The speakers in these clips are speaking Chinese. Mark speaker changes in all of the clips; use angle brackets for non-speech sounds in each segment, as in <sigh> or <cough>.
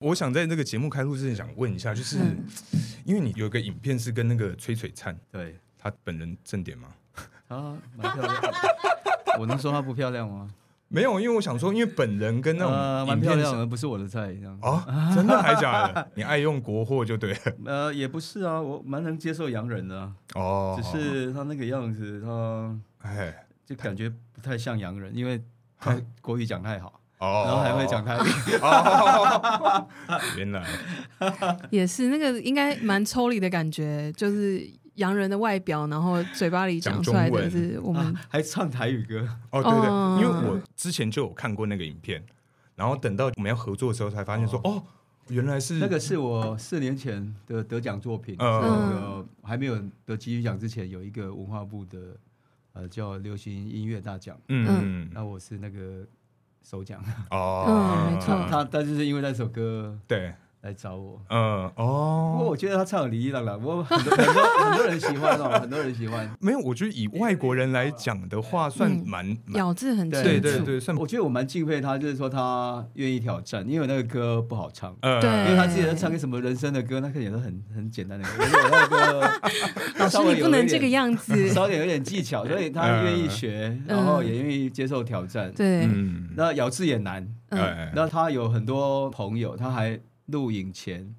Speaker 1: 我想在这个节目开录之前，想问一下，就是、
Speaker 2: 嗯
Speaker 1: 因为你有一个影片是跟那个崔璀璨，
Speaker 3: 对
Speaker 1: 她本人正点吗？
Speaker 3: 啊，蛮漂
Speaker 1: <laughs>
Speaker 3: 亮的。我能说她不漂亮吗？
Speaker 1: 没有，因为我想说，因为本人跟那
Speaker 3: 呃，
Speaker 1: 种
Speaker 3: 蛮
Speaker 1: 影
Speaker 3: 漂
Speaker 1: 片
Speaker 3: 亮
Speaker 1: 上
Speaker 3: 的，不是我的菜，这样。
Speaker 1: 哦，真的还假的？你爱用国货就
Speaker 3: <laughs>
Speaker 1: 对了
Speaker 3: 呃，也不是啊，我蛮能接受洋人的啊、
Speaker 1: 哦，
Speaker 3: 只是她那个样子，她
Speaker 1: 哎
Speaker 3: 就感觉不太像洋人，因为她国语讲太好，
Speaker 1: 哦，
Speaker 3: 然后还会讲台 <laughs> 语。
Speaker 1: 原来
Speaker 2: 也是那个应该蛮抽离的感觉，就是洋人的外表，然后嘴巴里讲出来的是我们
Speaker 3: 啊还唱台语歌，
Speaker 1: 哦，对
Speaker 2: 嗯
Speaker 1: 对，因为我之前就有看过那个影片，然后等到我们要合作的时候才发现说哦，原来是
Speaker 3: 那个是我四年前的得奖作品，
Speaker 1: 嗯
Speaker 3: 是那个还没有得金曲奖之前，有一个文化部的呃叫流行音乐大奖，
Speaker 1: 嗯
Speaker 3: 那我是那个首奖，
Speaker 1: 哦，
Speaker 2: 嗯没错
Speaker 3: <laughs> 他他他就是因为那首歌
Speaker 1: 对，
Speaker 3: 来找我。
Speaker 1: 嗯
Speaker 3: 不过
Speaker 1: 哦，
Speaker 3: 我觉得他唱得李一朗朗，我很多很多很多人喜欢哦，很多人喜欢。
Speaker 1: 没有，我觉得以外国人来讲的话，
Speaker 3: 嗯
Speaker 1: 算蛮蛮
Speaker 2: 咬字很清楚。
Speaker 1: 对对对，算
Speaker 3: 我觉得我蛮敬佩他，就是说他愿意挑战，因为那个歌不好唱。
Speaker 1: 呃
Speaker 2: 对
Speaker 3: 因为他自己在唱个什么人生的歌，那个也是很很简单的歌。我觉得那个
Speaker 2: 老师
Speaker 3: 稍微
Speaker 2: 你
Speaker 3: 有
Speaker 2: 不能
Speaker 3: 一
Speaker 2: 这
Speaker 3: 点
Speaker 2: 个样
Speaker 1: <laughs>
Speaker 2: 子。
Speaker 3: 稍点有点技巧，所以他愿意学，
Speaker 2: 嗯
Speaker 3: 然后也愿意接受挑战。
Speaker 2: 对，
Speaker 1: 嗯，
Speaker 3: 那咬字也难，
Speaker 2: 嗯，
Speaker 1: 哎，
Speaker 3: 那他有很多朋友，他还录影前，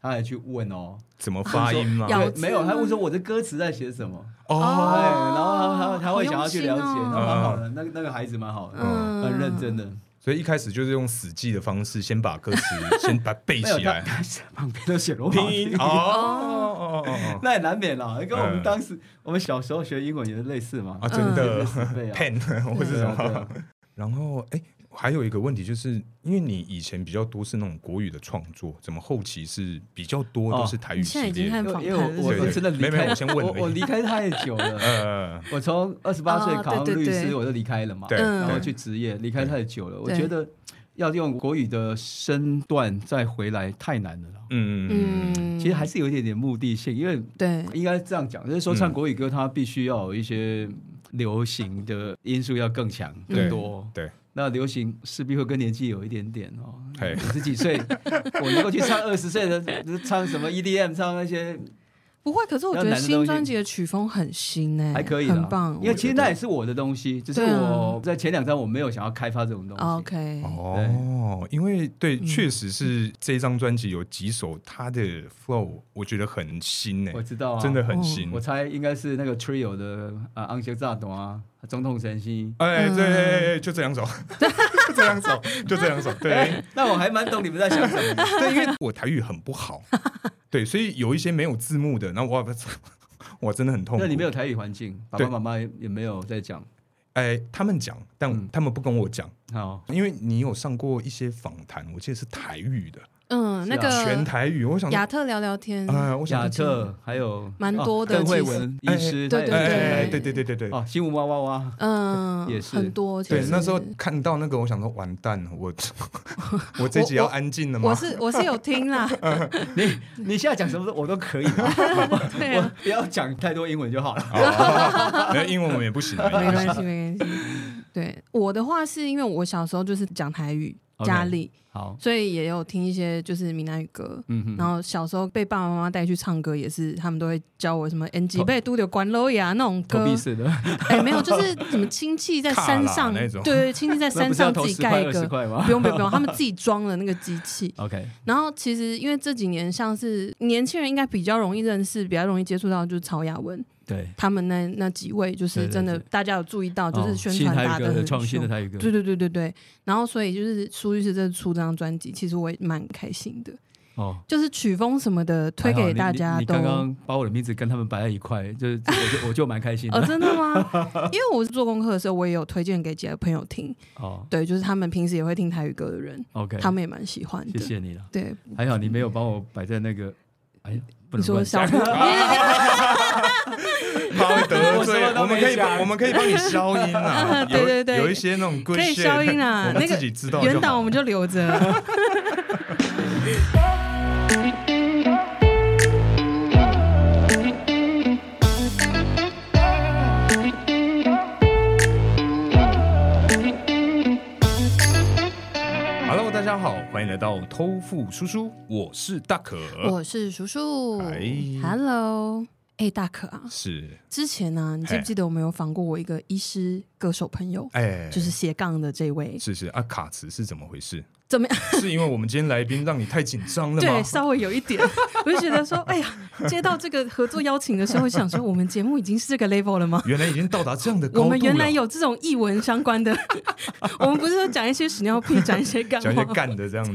Speaker 3: 他还去问哦，
Speaker 1: 怎么发音吗？
Speaker 2: 咬
Speaker 3: 对
Speaker 2: 字
Speaker 3: 没有，
Speaker 2: 吗
Speaker 3: 他问说我的歌词在写什么，
Speaker 1: 哦，
Speaker 3: 哎，然后他他他会想要去了解，
Speaker 2: 好用心
Speaker 3: 那
Speaker 2: 哦
Speaker 3: 蛮好的，那个那个孩子蛮好的，
Speaker 2: 嗯
Speaker 3: 很认真的。
Speaker 1: 所以一开始就是用死记的方式，先把歌词
Speaker 3: <laughs>
Speaker 1: 先把它背
Speaker 3: 没有
Speaker 1: 起
Speaker 3: 他，
Speaker 1: 来，
Speaker 3: 他旁边都写罗马
Speaker 1: 拼音
Speaker 3: 拼
Speaker 1: 哦哦哦哦
Speaker 3: 那也难免啦，跟我们
Speaker 1: 嗯
Speaker 3: 当时我们小时候学英文也是类似嘛
Speaker 1: 哦，啊，，真的
Speaker 3: 类似背啊
Speaker 1: pen 或是
Speaker 3: 对
Speaker 1: 什
Speaker 3: 啊对啊
Speaker 1: 么。然后哎，还有一个问题就是，因为你以前比较多是那种国语的创作，怎么后期是比较多
Speaker 3: 哦
Speaker 1: 都是台语
Speaker 2: 你现在
Speaker 1: 系
Speaker 2: 已经
Speaker 1: 列
Speaker 2: 看？
Speaker 3: 因为因
Speaker 2: 访谈
Speaker 3: 为我
Speaker 1: 对
Speaker 3: 我
Speaker 1: 对
Speaker 2: 了，
Speaker 3: 真的离
Speaker 1: 没没
Speaker 3: 开，
Speaker 1: 我先问而已
Speaker 3: 我离开太
Speaker 1: <laughs>
Speaker 3: 久了。
Speaker 1: 呃，
Speaker 3: 我从二十八岁
Speaker 2: 哦
Speaker 3: 考上
Speaker 2: 对对
Speaker 3: 律
Speaker 2: 对
Speaker 3: 师，我就离开了嘛，
Speaker 1: 对
Speaker 2: 嗯
Speaker 3: 然后
Speaker 1: 对
Speaker 3: 去职业，离开太久了。我
Speaker 2: 对
Speaker 3: 觉得要用国语的身段再回来太难了啦。
Speaker 1: 嗯嗯嗯
Speaker 2: 嗯，
Speaker 3: 其实还是有一点点目的性，因为
Speaker 2: 对，
Speaker 3: 应该这样讲，就是说
Speaker 1: 嗯
Speaker 3: 唱国语歌，它必须要有一些流行的因素要更强、
Speaker 2: 对
Speaker 3: 更多。
Speaker 1: 对，
Speaker 3: 那流行势必会跟年纪有一点点哦，
Speaker 1: 嘿
Speaker 3: 五十几岁， <laughs> 我能够去唱二十岁的，唱什么 EDM，唱那些
Speaker 2: 不会。可是我觉得新专辑的曲风很新诶，
Speaker 3: 还可以啦
Speaker 2: 哎很
Speaker 1: 哎
Speaker 2: 棒。
Speaker 3: 因为其实那也是我的东西，只是
Speaker 2: 对啊
Speaker 3: 我在前两张我没有想要开发这种东西。
Speaker 2: OK，
Speaker 1: 哦，因为对，
Speaker 2: 嗯
Speaker 1: 确实是这张专辑有几首它的 flow，我觉得很新呢，欸
Speaker 3: 我知道啊，
Speaker 1: 真
Speaker 2: 哦
Speaker 1: 的很新
Speaker 3: 我。猜应该是那个 Trio 的啊，昂杰炸懂啊，总统神心。
Speaker 1: 哎，对哎，
Speaker 2: 嗯
Speaker 1: 哎哎就这两首，就这两首，就这两首，对。
Speaker 3: <laughs> 那我还蛮懂你们在想什么的。
Speaker 1: 对，因为我台语很不好，对，所以有一些没有字幕的，那我 <laughs> 我真的很痛苦。
Speaker 3: 那你没有台语环境，爸爸
Speaker 1: 对
Speaker 3: 妈妈也也没有在讲。
Speaker 1: 哎，他们讲，但
Speaker 3: 嗯
Speaker 1: 他们不跟我讲，
Speaker 3: 好，
Speaker 1: 因为你有上过一些访谈，我记得是台语的，
Speaker 2: 嗯，那
Speaker 1: 啊全
Speaker 2: 个
Speaker 1: 台语。我想说，
Speaker 2: 亚特聊聊天，
Speaker 1: 哎，我
Speaker 3: 贾
Speaker 1: 想说，
Speaker 3: 特还有
Speaker 2: 蛮多的
Speaker 3: 哦邓慧
Speaker 2: 其实
Speaker 3: 文
Speaker 1: 哎
Speaker 3: 医师，
Speaker 2: 对
Speaker 3: 他也
Speaker 1: 哎
Speaker 3: 是
Speaker 1: 哎哎，
Speaker 3: 台语
Speaker 1: 对对对对对。
Speaker 3: 哦，新闻哇哇哇， <laughs>
Speaker 2: 嗯，
Speaker 3: 也是
Speaker 2: 很多。其
Speaker 1: 对，
Speaker 2: 实
Speaker 1: 那时候看到那个，我想说完蛋了，
Speaker 2: <laughs>
Speaker 1: 我我这集
Speaker 2: 我
Speaker 1: 要安静了
Speaker 2: 我
Speaker 1: 吗？
Speaker 2: 是我是有听
Speaker 1: <laughs>
Speaker 2: 啦，
Speaker 3: 你你现在讲什么我都可以啊，
Speaker 2: <laughs> 对
Speaker 3: 我
Speaker 2: 啊，
Speaker 3: 不要讲太多英文就好了。
Speaker 1: 哦没有英文我们也不行啊，
Speaker 2: <laughs> 没关系没关系。对我的话，是因为我小时候就是讲台语
Speaker 3: OK
Speaker 2: 家里，
Speaker 3: 好，
Speaker 2: 所以也有听一些就是闽南语歌。
Speaker 3: 嗯哼
Speaker 2: 然后小时候被爸爸妈妈带去唱歌，也是他们都会教我什么 N 几倍都有关楼呀那种
Speaker 3: 投
Speaker 2: 歌
Speaker 3: 币，式的，
Speaker 2: <laughs> 哎没有，就是什么亲戚在山上
Speaker 1: 卡拉那种
Speaker 2: 对，亲戚在
Speaker 3: 那
Speaker 2: 山
Speaker 3: 不是要
Speaker 2: 上
Speaker 3: 投
Speaker 2: 自己
Speaker 3: 十
Speaker 2: 盖
Speaker 3: 块
Speaker 2: 一
Speaker 3: 二
Speaker 2: 个
Speaker 3: 十，块吗
Speaker 2: <laughs> 不用不用不用，他们自己装了那个机器，
Speaker 3: ？OK，
Speaker 2: 然后其实因为这几年像是年轻人应该比较容易认识，比较容易接触到就是曹雅文
Speaker 3: 对，
Speaker 2: 他们那那几位，就
Speaker 3: 对
Speaker 2: 是
Speaker 3: 对
Speaker 2: 真的
Speaker 3: 对
Speaker 2: 大家有注意到，
Speaker 3: 哦
Speaker 2: 就是宣
Speaker 3: 新
Speaker 2: 传
Speaker 3: 台
Speaker 2: 打
Speaker 3: 语
Speaker 2: 的
Speaker 3: 歌
Speaker 2: 很
Speaker 3: 创新的
Speaker 2: 凶。
Speaker 3: 台语歌，
Speaker 2: 对对对对对，然后所以就是苏律师这出这张专辑，其实我也蛮开心的，
Speaker 3: 哦。
Speaker 2: 就是曲风什么的推
Speaker 3: 还好
Speaker 2: 给
Speaker 3: 你
Speaker 2: 大
Speaker 3: 你
Speaker 2: 家
Speaker 3: 你
Speaker 2: 都。
Speaker 3: 刚刚把我的名字跟他们摆在一块，就是我就我就蛮开心
Speaker 2: 哦， <laughs>
Speaker 3: 的。
Speaker 2: 真的吗？ <laughs> 因为我做功课的时候，我也有推荐给几个朋友听，
Speaker 3: 哦
Speaker 2: 对，就是他们平时也会听台语歌的人，
Speaker 3: ，OK，
Speaker 2: 他们也蛮喜欢
Speaker 3: 谢
Speaker 2: 的。
Speaker 3: 谢你了。
Speaker 2: 对，
Speaker 3: <laughs> 还好你没有帮我摆在那个，哎呀，不
Speaker 2: 你
Speaker 3: 能
Speaker 2: 说
Speaker 3: 乱
Speaker 2: 小
Speaker 3: 讲。啊
Speaker 2: 朋友， <laughs>
Speaker 1: 怕会得罪
Speaker 3: 我什么，都
Speaker 1: 我们可以
Speaker 3: 没讲
Speaker 1: 帮我们可以帮你消音
Speaker 2: <laughs>
Speaker 1: 啊，
Speaker 2: 对对对
Speaker 1: 有有一些那种 good
Speaker 2: 可以
Speaker 1: shit，
Speaker 2: 消音啦
Speaker 3: <laughs>
Speaker 1: 我们
Speaker 2: 那个
Speaker 1: 自己知道就好。
Speaker 2: 原档我们就留着。
Speaker 1: Hello，大家好，欢迎来到偷富叔叔，我是大可，
Speaker 2: 我是叔叔
Speaker 1: 嗨
Speaker 3: 哎
Speaker 2: ，Hello，哎、大可啊，
Speaker 1: 是
Speaker 2: 之前呢、你记
Speaker 1: 哎
Speaker 2: 不记得我们有访过我一个医师歌手朋友，
Speaker 1: 哎，
Speaker 2: 就是斜杠的这位，
Speaker 1: 是是啊，卡词是怎么回事？ <laughs>
Speaker 2: 怎么样？
Speaker 1: 是因为我们今天来宾让你太紧张了吗
Speaker 2: 对，？稍微有一点， <laughs> 我就觉得说，哎呀，接到这个合作邀请的时候，想说我们节目已经是这个 level 了吗？
Speaker 1: <laughs> 原来已经到达这样的高度
Speaker 2: 我
Speaker 1: 了。
Speaker 2: 们原来有这种译文相关的， <laughs> 我们不是说讲一些屎尿屁，讲一些干
Speaker 1: 讲一
Speaker 2: 话
Speaker 1: 些，干的这样子，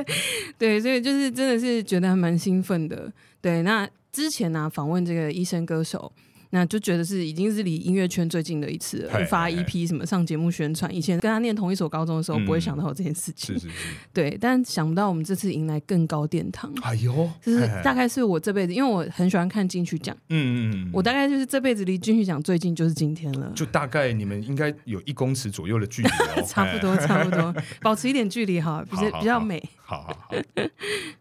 Speaker 2: <laughs> 对，所以就是真的是觉得还蛮兴奋的。对，那之前呢、访问这个医生歌手，那就觉得是已经是离音乐圈最近的一次
Speaker 1: 嗨
Speaker 2: 了，发
Speaker 1: 嗨
Speaker 2: EP 什么上节目宣传。以前跟他念同一所高中的时候，
Speaker 1: 嗯
Speaker 2: 不会想到有这件事情，
Speaker 1: 是是是，
Speaker 2: 对。但想不到我们这次迎来更高殿堂，
Speaker 1: 哎呦，
Speaker 2: 就是
Speaker 1: 哎
Speaker 2: 大概是我这辈子，因为我很喜欢看金曲奖，
Speaker 1: 嗯嗯嗯，
Speaker 2: 我大概就是这辈子离金曲奖最近就是今天了。，
Speaker 1: 就大概你们应该有一公尺左右的距离哦
Speaker 3: <laughs>
Speaker 2: 差不
Speaker 1: 哎。
Speaker 2: 多，差不
Speaker 1: <laughs>
Speaker 2: 多，保持一点距离哈，比
Speaker 1: 好
Speaker 2: 较
Speaker 1: 好
Speaker 2: 比
Speaker 1: 好
Speaker 2: 较美。
Speaker 1: 好好好，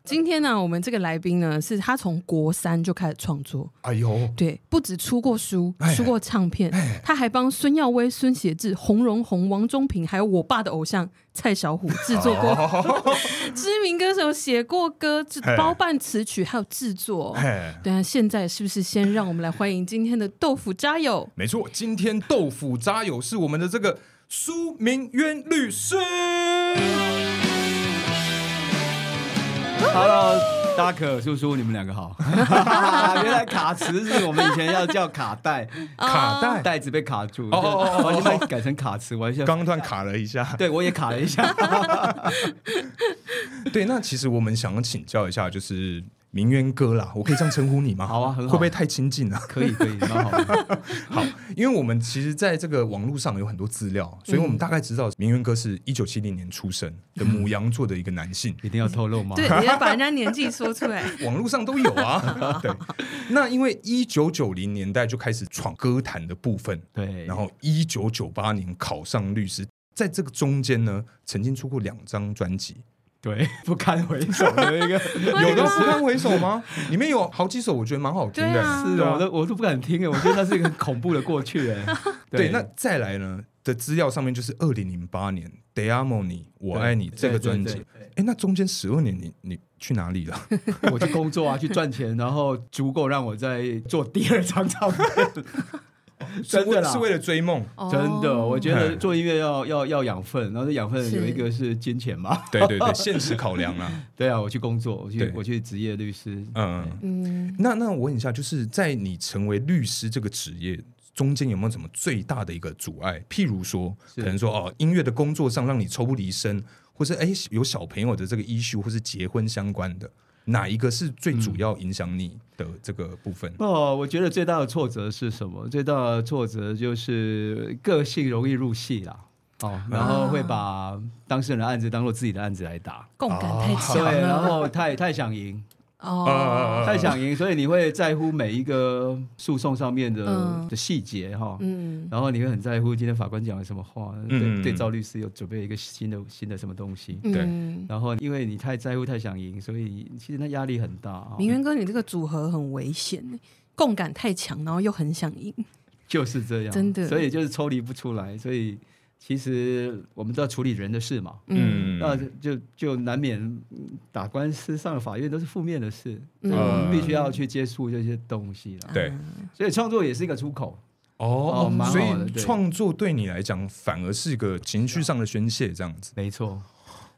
Speaker 2: 今天呢，我们这个来宾呢，是他从国三就开始创作，
Speaker 1: 哎呦，
Speaker 2: 对，不止出过书
Speaker 1: 哎，
Speaker 2: 出过唱片，他还帮孙耀威、孙协志、洪荣宏、王中平，还有我爸的偶像蔡小虎制作过 <laughs> 知名歌手写过歌，制
Speaker 1: 哎
Speaker 2: 包办词曲还有制作。
Speaker 1: 哎，
Speaker 2: 对啊，现在是不是先让我们来欢迎今天的豆腐渣友？
Speaker 1: 没错，今天豆腐渣友是我们的这个苏明渊律师。
Speaker 3: <laughs> Hello，大可叔叔，你们两个好。 <laughs> 原来卡池是我们以前要叫卡带，
Speaker 1: 卡带
Speaker 3: 袋子被卡住，
Speaker 1: 哦哦哦哦
Speaker 3: 我现在改成卡池，我还想，
Speaker 1: 刚刚突然卡了一下，
Speaker 3: 对我也卡了
Speaker 1: <laughs>
Speaker 3: 一下。
Speaker 1: 对，那其实我们想要请教一下，就是明渊哥啦，我可以这样称呼你吗？
Speaker 3: <laughs> 好啊很好
Speaker 1: 会不会太亲近啊？ <laughs>
Speaker 3: 可以可以，蛮好的。
Speaker 1: 因为我们其实在这个网络上有很多资料，所以
Speaker 3: 嗯
Speaker 1: 我们大概知道明渊哥是一九七零年出生的母羊座的一个男性。
Speaker 3: 一定要透露吗？
Speaker 2: 对，你要把人家年纪说出来。
Speaker 1: 网络上都有啊，
Speaker 3: <laughs>
Speaker 1: 对。那因为一九九零年代就开始闯歌坛的部分，
Speaker 3: 对
Speaker 1: 然后一九九八年考上律师，在这个中间呢，曾经出过两张专辑，
Speaker 3: 对， <laughs> 不堪回首的
Speaker 2: <laughs>
Speaker 3: 一个，
Speaker 1: 有的不堪回首吗？里面有好几首我觉得蛮好听
Speaker 2: 对
Speaker 1: 的，
Speaker 2: 啊
Speaker 3: 是我都我都不敢听哎，我觉得那是一个很恐怖的过去
Speaker 2: <laughs>
Speaker 3: 哎。
Speaker 1: 对，那再来呢的资料上面就是二零零八年《d e a m o 你我爱你》这个专
Speaker 3: 对
Speaker 1: 辑
Speaker 3: 对，
Speaker 1: 哎，那中间十二年你你去哪里了？
Speaker 3: 我去工作啊，去赚钱，然后足够让我再做第二张唱片。
Speaker 1: 是
Speaker 3: <laughs> 真的
Speaker 1: 为
Speaker 3: 啦
Speaker 1: 是为了追梦，
Speaker 3: 真的，
Speaker 2: 哦
Speaker 3: 我觉得做音乐要要要养分，然后这养分
Speaker 2: 是
Speaker 3: 有一个是金钱嘛。
Speaker 1: 对对对，现实考量啦。
Speaker 3: 对啊，我去工作，我去
Speaker 1: 对
Speaker 3: 我去职业律师。
Speaker 1: 嗯，
Speaker 2: 嗯，
Speaker 1: 那那我问一下，就是在你成为律师这个职业中间，有没有什么最大的一个阻碍？譬如说，可
Speaker 3: 是
Speaker 1: 能说哦，音乐的工作上让你抽不离身，或是哎有小朋友的这个 issue，或是结婚相关的，哪一个是最主要影响你的这个部分？
Speaker 3: 哦，我觉得最大的挫折是什么？最大的挫折就是个性容易入戏啦。哦，然后会把当事人的案子当做自己的案子来打。
Speaker 2: 共感太
Speaker 3: 哦
Speaker 2: 强
Speaker 3: 对，
Speaker 2: 了。
Speaker 3: 然后太太想赢，
Speaker 1: 嗯
Speaker 2: 哦，
Speaker 3: 太想赢，所以你会在乎每一个诉讼上面的、
Speaker 2: 嗯
Speaker 3: 的细节哈。
Speaker 2: 嗯，
Speaker 3: 然后你会很在乎今天法官讲了什么话，
Speaker 1: 嗯
Speaker 3: 对对，赵律师有准备一个新的新的什么东西，
Speaker 1: 对
Speaker 2: 嗯
Speaker 3: 然后因为你太在乎、太想赢，所以其实那压力很大啊、
Speaker 2: 明渊哥，你这个组合很危险，共感太强，然后又很想赢。
Speaker 3: 就是这样，
Speaker 2: 真的
Speaker 3: 所以就是抽离不出来，所以其实我们都要处理人的事嘛，
Speaker 2: 嗯，
Speaker 3: 那就就难免嗯打官司、上了法院都是负面的事，
Speaker 2: 嗯
Speaker 3: 所以我们必须要去接触这些东西啦。
Speaker 1: 对
Speaker 3: 所以创作也是一个出口，
Speaker 1: 哦
Speaker 3: 哦蛮好
Speaker 1: 所
Speaker 3: 的
Speaker 1: 以
Speaker 3: 对
Speaker 1: 创作对你来讲反而是一个情绪上的宣泄，这样子。
Speaker 3: 没错。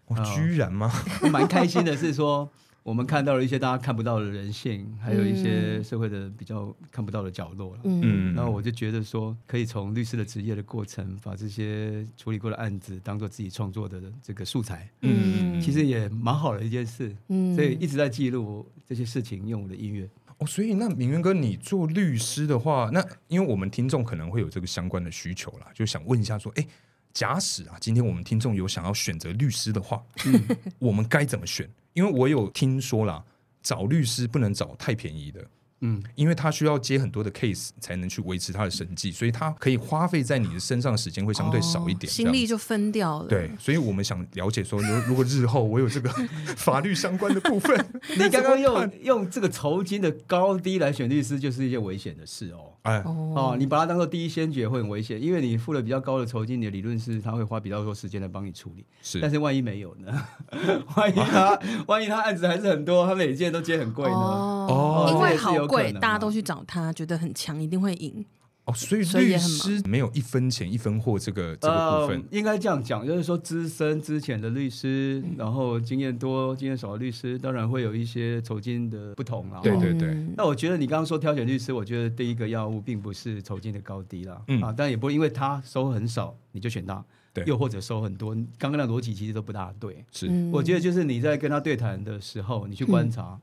Speaker 1: 哦
Speaker 3: 哦，
Speaker 1: 居然吗？
Speaker 3: <laughs> 蛮开心的是说，我们看到了一些大家看不到的人性，还有一些社会的比较看不到的角落了。
Speaker 2: 嗯
Speaker 1: 嗯，
Speaker 3: 然后我就觉得说，可以从律师的职业的过程，把这些处理过的案子当做自己创作的这个素材，
Speaker 1: 嗯
Speaker 3: 其实也蛮好的一件事。
Speaker 2: 嗯，
Speaker 3: 所以一直在记录这些事情，用我的
Speaker 2: <laughs>
Speaker 3: 音乐。
Speaker 1: 哦，所以那明渊哥，你做律师的话，那因为我们听众可能会有这个相关的需求啦，就想问一下说，哎，假使啊，今天我们听众有想要选择律师的话，
Speaker 3: 嗯
Speaker 1: 我们该怎么选？因为我有听说啦，找律师不能找太便宜的。
Speaker 3: 嗯，
Speaker 1: 因为他需要接很多的 case 才能去维持他的生计，所以他可以花费在你的身上的时间会相对少一点。这
Speaker 3: 哦
Speaker 2: 哦心
Speaker 1: 样
Speaker 2: 力就分掉了。
Speaker 1: 对，，所以我们想了解说，如如果日后我有这个 <laughs> 法律相关的部分， <laughs>
Speaker 3: 你刚刚用用这个酬金的高低来选律师，就是一件危险的事哦。
Speaker 1: 哎，
Speaker 3: 哦
Speaker 2: 哦，，
Speaker 3: 你把它当做第一先决会很危险，因为你付了比较高的酬金，你的理论是他会花比较多时间来帮你处理。
Speaker 1: 是
Speaker 3: 但是万一没有呢？ <laughs> 万
Speaker 1: <laughs>
Speaker 3: 一他万一他案子还是很多，他每一件都接很贵呢？
Speaker 1: 哦
Speaker 2: 哦因
Speaker 3: 这
Speaker 2: 为
Speaker 3: 也是
Speaker 2: 好
Speaker 3: 有可
Speaker 2: 贵，
Speaker 3: 能
Speaker 2: 大家
Speaker 3: 啊
Speaker 2: 都去找他，觉得很强，一定会赢。
Speaker 1: 哦，所以
Speaker 2: 所以
Speaker 1: 律
Speaker 2: 也很
Speaker 1: 师没有一分钱一分货这个这个部分
Speaker 3: 呃，应该这样讲，就是说资深、之前的律师，
Speaker 1: 嗯
Speaker 3: 然后经验多、经验少的律师，当然会有一些酬金的不同啦。
Speaker 1: 对
Speaker 3: 哦
Speaker 1: 对对
Speaker 2: 嗯
Speaker 3: 那我觉得你刚刚说挑选律师，我觉得第一个要务并不是酬金的高低啦，
Speaker 1: 嗯
Speaker 3: 啊，但也不会因为他收很少你就选他，
Speaker 1: 对
Speaker 3: 又或者收很多，刚刚那逻辑其实都不大对。
Speaker 1: 是
Speaker 2: 嗯
Speaker 3: 我觉得就是你在跟他对谈的时候，你去观察、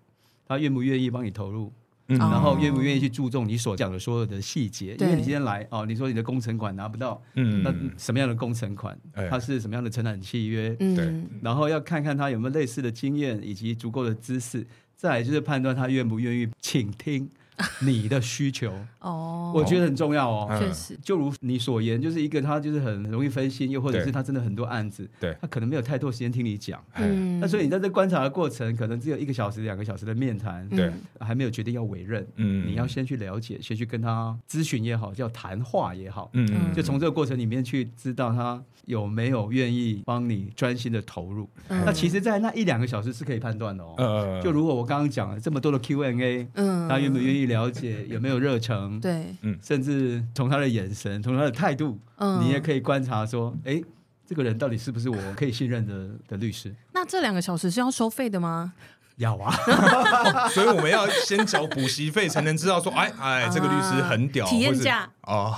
Speaker 3: 他愿不愿意帮你投
Speaker 1: 嗯
Speaker 3: 入，
Speaker 2: 哦
Speaker 3: 然后愿不愿意去注重你所讲的所有的细节，因为
Speaker 2: 对
Speaker 3: 你今天来哦，你说你的工程款拿不到，那
Speaker 1: 嗯，
Speaker 3: 什么样的工程款
Speaker 1: 哎，
Speaker 3: 它是什么样的承揽契约，
Speaker 1: 对
Speaker 2: 嗯，
Speaker 3: 然后要看看他有没有类似的经验以及足够的知识，再来就是判断他愿不愿意倾
Speaker 2: <laughs>
Speaker 3: 听你的需求，
Speaker 2: 哦，
Speaker 3: 我觉得很重要哦。
Speaker 1: 嗯
Speaker 2: 确实，
Speaker 3: 就如你所言，就是一个他就是很容易分心，又或者
Speaker 1: 对
Speaker 3: 是他真的很多案子，
Speaker 1: 对
Speaker 3: 他可能没有太多时间听你讲。
Speaker 1: 哎
Speaker 2: 嗯，
Speaker 3: 那所以你在这观察的过程，可能只有一个小时、两个小时的面谈，
Speaker 1: 对
Speaker 2: 嗯
Speaker 3: 还没有决定要委任，
Speaker 1: 嗯
Speaker 3: 你要先去了解，先去跟他咨询也好，叫谈话也好，
Speaker 1: 嗯嗯
Speaker 3: 就从这个过程里面去知道他有没有愿意帮你专心的投入。
Speaker 2: 嗯
Speaker 3: 那其实，在那一两个小时是可以判断的哦。
Speaker 1: 呃
Speaker 3: 就如果我刚刚讲了这么多的哎 Q&A，
Speaker 2: 嗯，
Speaker 3: 他愿不愿意了解，有没有热忱，
Speaker 2: 对，
Speaker 3: 甚至从他的眼神，从他的态度，
Speaker 2: 嗯，
Speaker 3: 你也可以观察说，哎，这个人到底是不是我可以信任的的律师？
Speaker 2: 那这两个小时是要收费的吗？
Speaker 3: 要啊，
Speaker 1: 所以我们要先缴补习费，才能知道说，哎哎，这个律师很屌，
Speaker 2: 啊体验
Speaker 1: 或是
Speaker 2: 价
Speaker 1: 哦，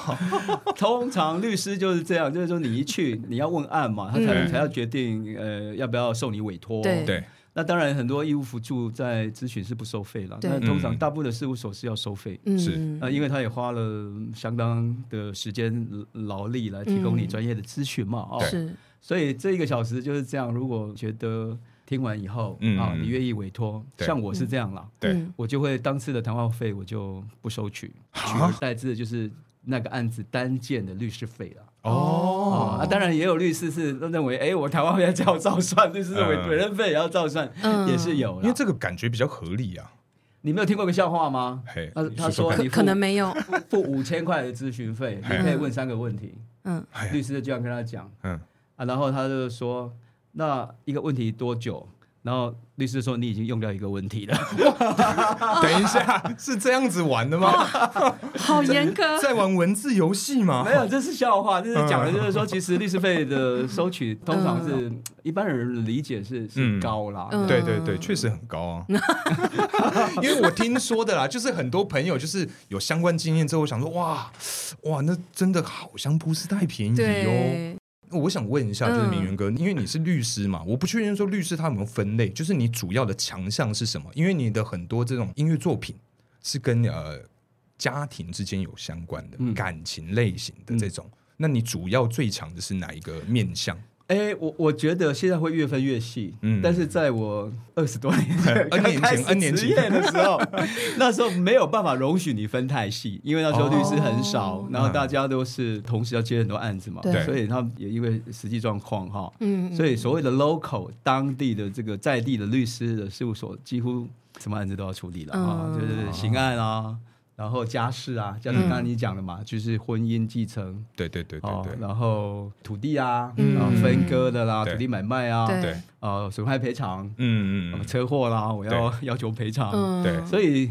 Speaker 3: 通常律师就是这样，就是说你一去，你要问案嘛，他才、
Speaker 2: 嗯
Speaker 3: 才要决定呃要不要受你委托。
Speaker 2: 对
Speaker 1: 对，
Speaker 3: 那当然，很多义务辅助在咨询是不收费了。
Speaker 2: 对
Speaker 3: 那通常
Speaker 1: 嗯
Speaker 3: 大部分的事务所是要收费，
Speaker 2: 嗯，
Speaker 1: 是
Speaker 3: 那、因为他也花了相当的时间劳力来提供你专业的咨询嘛。哦，
Speaker 2: 嗯是，
Speaker 3: 所以这一个小时就是这样。如果觉得听完以后、
Speaker 1: 嗯
Speaker 3: 啊，你愿意委托，
Speaker 1: 对
Speaker 3: 像我是这样啦，
Speaker 1: 对
Speaker 2: 嗯
Speaker 3: 我就会当次的谈话费我就不收取，取而代之的就是那个案子单件的律师费了。哦，那、当然也有律师是认为，哎，我台湾要照照算，律师认为
Speaker 1: 嗯
Speaker 3: 委任费也要照算，
Speaker 2: 嗯
Speaker 3: 也是有
Speaker 1: 因为
Speaker 3: 啦。
Speaker 1: 这个感觉比较合理啊，
Speaker 3: 你没有听过个笑话吗？
Speaker 1: 嘿，
Speaker 3: 他
Speaker 1: 你说
Speaker 3: 他说
Speaker 1: 看
Speaker 3: 你
Speaker 2: 可
Speaker 3: 付
Speaker 2: 可能没有，
Speaker 3: 付五千块的咨询费，你
Speaker 1: 嘿
Speaker 3: 可以问三个问题，
Speaker 2: 嗯，
Speaker 1: 哎呀
Speaker 3: 律师就这样跟他讲
Speaker 1: 嗯，
Speaker 3: 啊，然后他就说，那一个问题多久？然后律师说你已经用掉一个问题了，
Speaker 2: 啊
Speaker 1: 等一下是这样子玩的
Speaker 2: 哦
Speaker 1: 吗？
Speaker 2: 好严
Speaker 1: <laughs>
Speaker 2: 格，
Speaker 1: 在玩文字游戏吗？
Speaker 3: 没有，这是笑话，这是讲的
Speaker 1: 嗯
Speaker 3: 就是说，其实律师费的收
Speaker 2: 嗯
Speaker 3: 取通常是一般人的理解是是
Speaker 1: 嗯
Speaker 3: 高啦，
Speaker 2: 嗯
Speaker 1: 对对对，确实很高啊，
Speaker 2: <laughs>
Speaker 1: 因为我听说的啦，就是很多朋友就是有相关经验之后，想说哇哇，那真的好像不是太便宜哦。
Speaker 2: 对，
Speaker 1: 我想问一下，就是
Speaker 2: 嗯
Speaker 1: 明源哥，因为你是律师嘛，我不确定说律师他有没有分类，就是你主要的强项是什么？因为你的很多这种音乐作品是跟呃家庭之间有相关的、
Speaker 3: 嗯
Speaker 1: 感情类型的这种，那你主要最强的是哪一个面向？
Speaker 3: 哎，我我觉得现在会越分越细，
Speaker 1: 嗯
Speaker 3: 但是在我二十多年前
Speaker 1: N 年前
Speaker 3: 刚开始
Speaker 1: N 年前
Speaker 3: 职业的时候，那时候没有办法容许你分太细，因为那时候律师很少，
Speaker 2: 哦
Speaker 3: 然后
Speaker 1: 嗯
Speaker 3: 大家都是同时要接很多案子嘛，
Speaker 2: 对
Speaker 3: 所以他们也因为实际状况哈，
Speaker 2: 嗯，
Speaker 3: 所以所谓的 local 当地的这个在地的律师的事务所，几乎什么案子都要处理了啊，
Speaker 2: 嗯
Speaker 3: 就是刑案啊，然后家事啊，家事刚才你讲了嘛，
Speaker 2: 嗯
Speaker 3: 就是婚姻继承。
Speaker 1: 对对对对
Speaker 3: 哦
Speaker 1: 对，，
Speaker 3: 然后土地啊，
Speaker 2: 嗯
Speaker 3: 然后分割的啦，
Speaker 1: 对
Speaker 3: 土地买卖啊，
Speaker 2: 对
Speaker 1: 对，
Speaker 3: 呃，损害赔偿，
Speaker 1: 嗯嗯
Speaker 3: 呃
Speaker 1: 嗯，
Speaker 3: 车祸啦，我要 <laughs> 要求赔偿。
Speaker 2: 嗯，
Speaker 1: 对
Speaker 3: 所以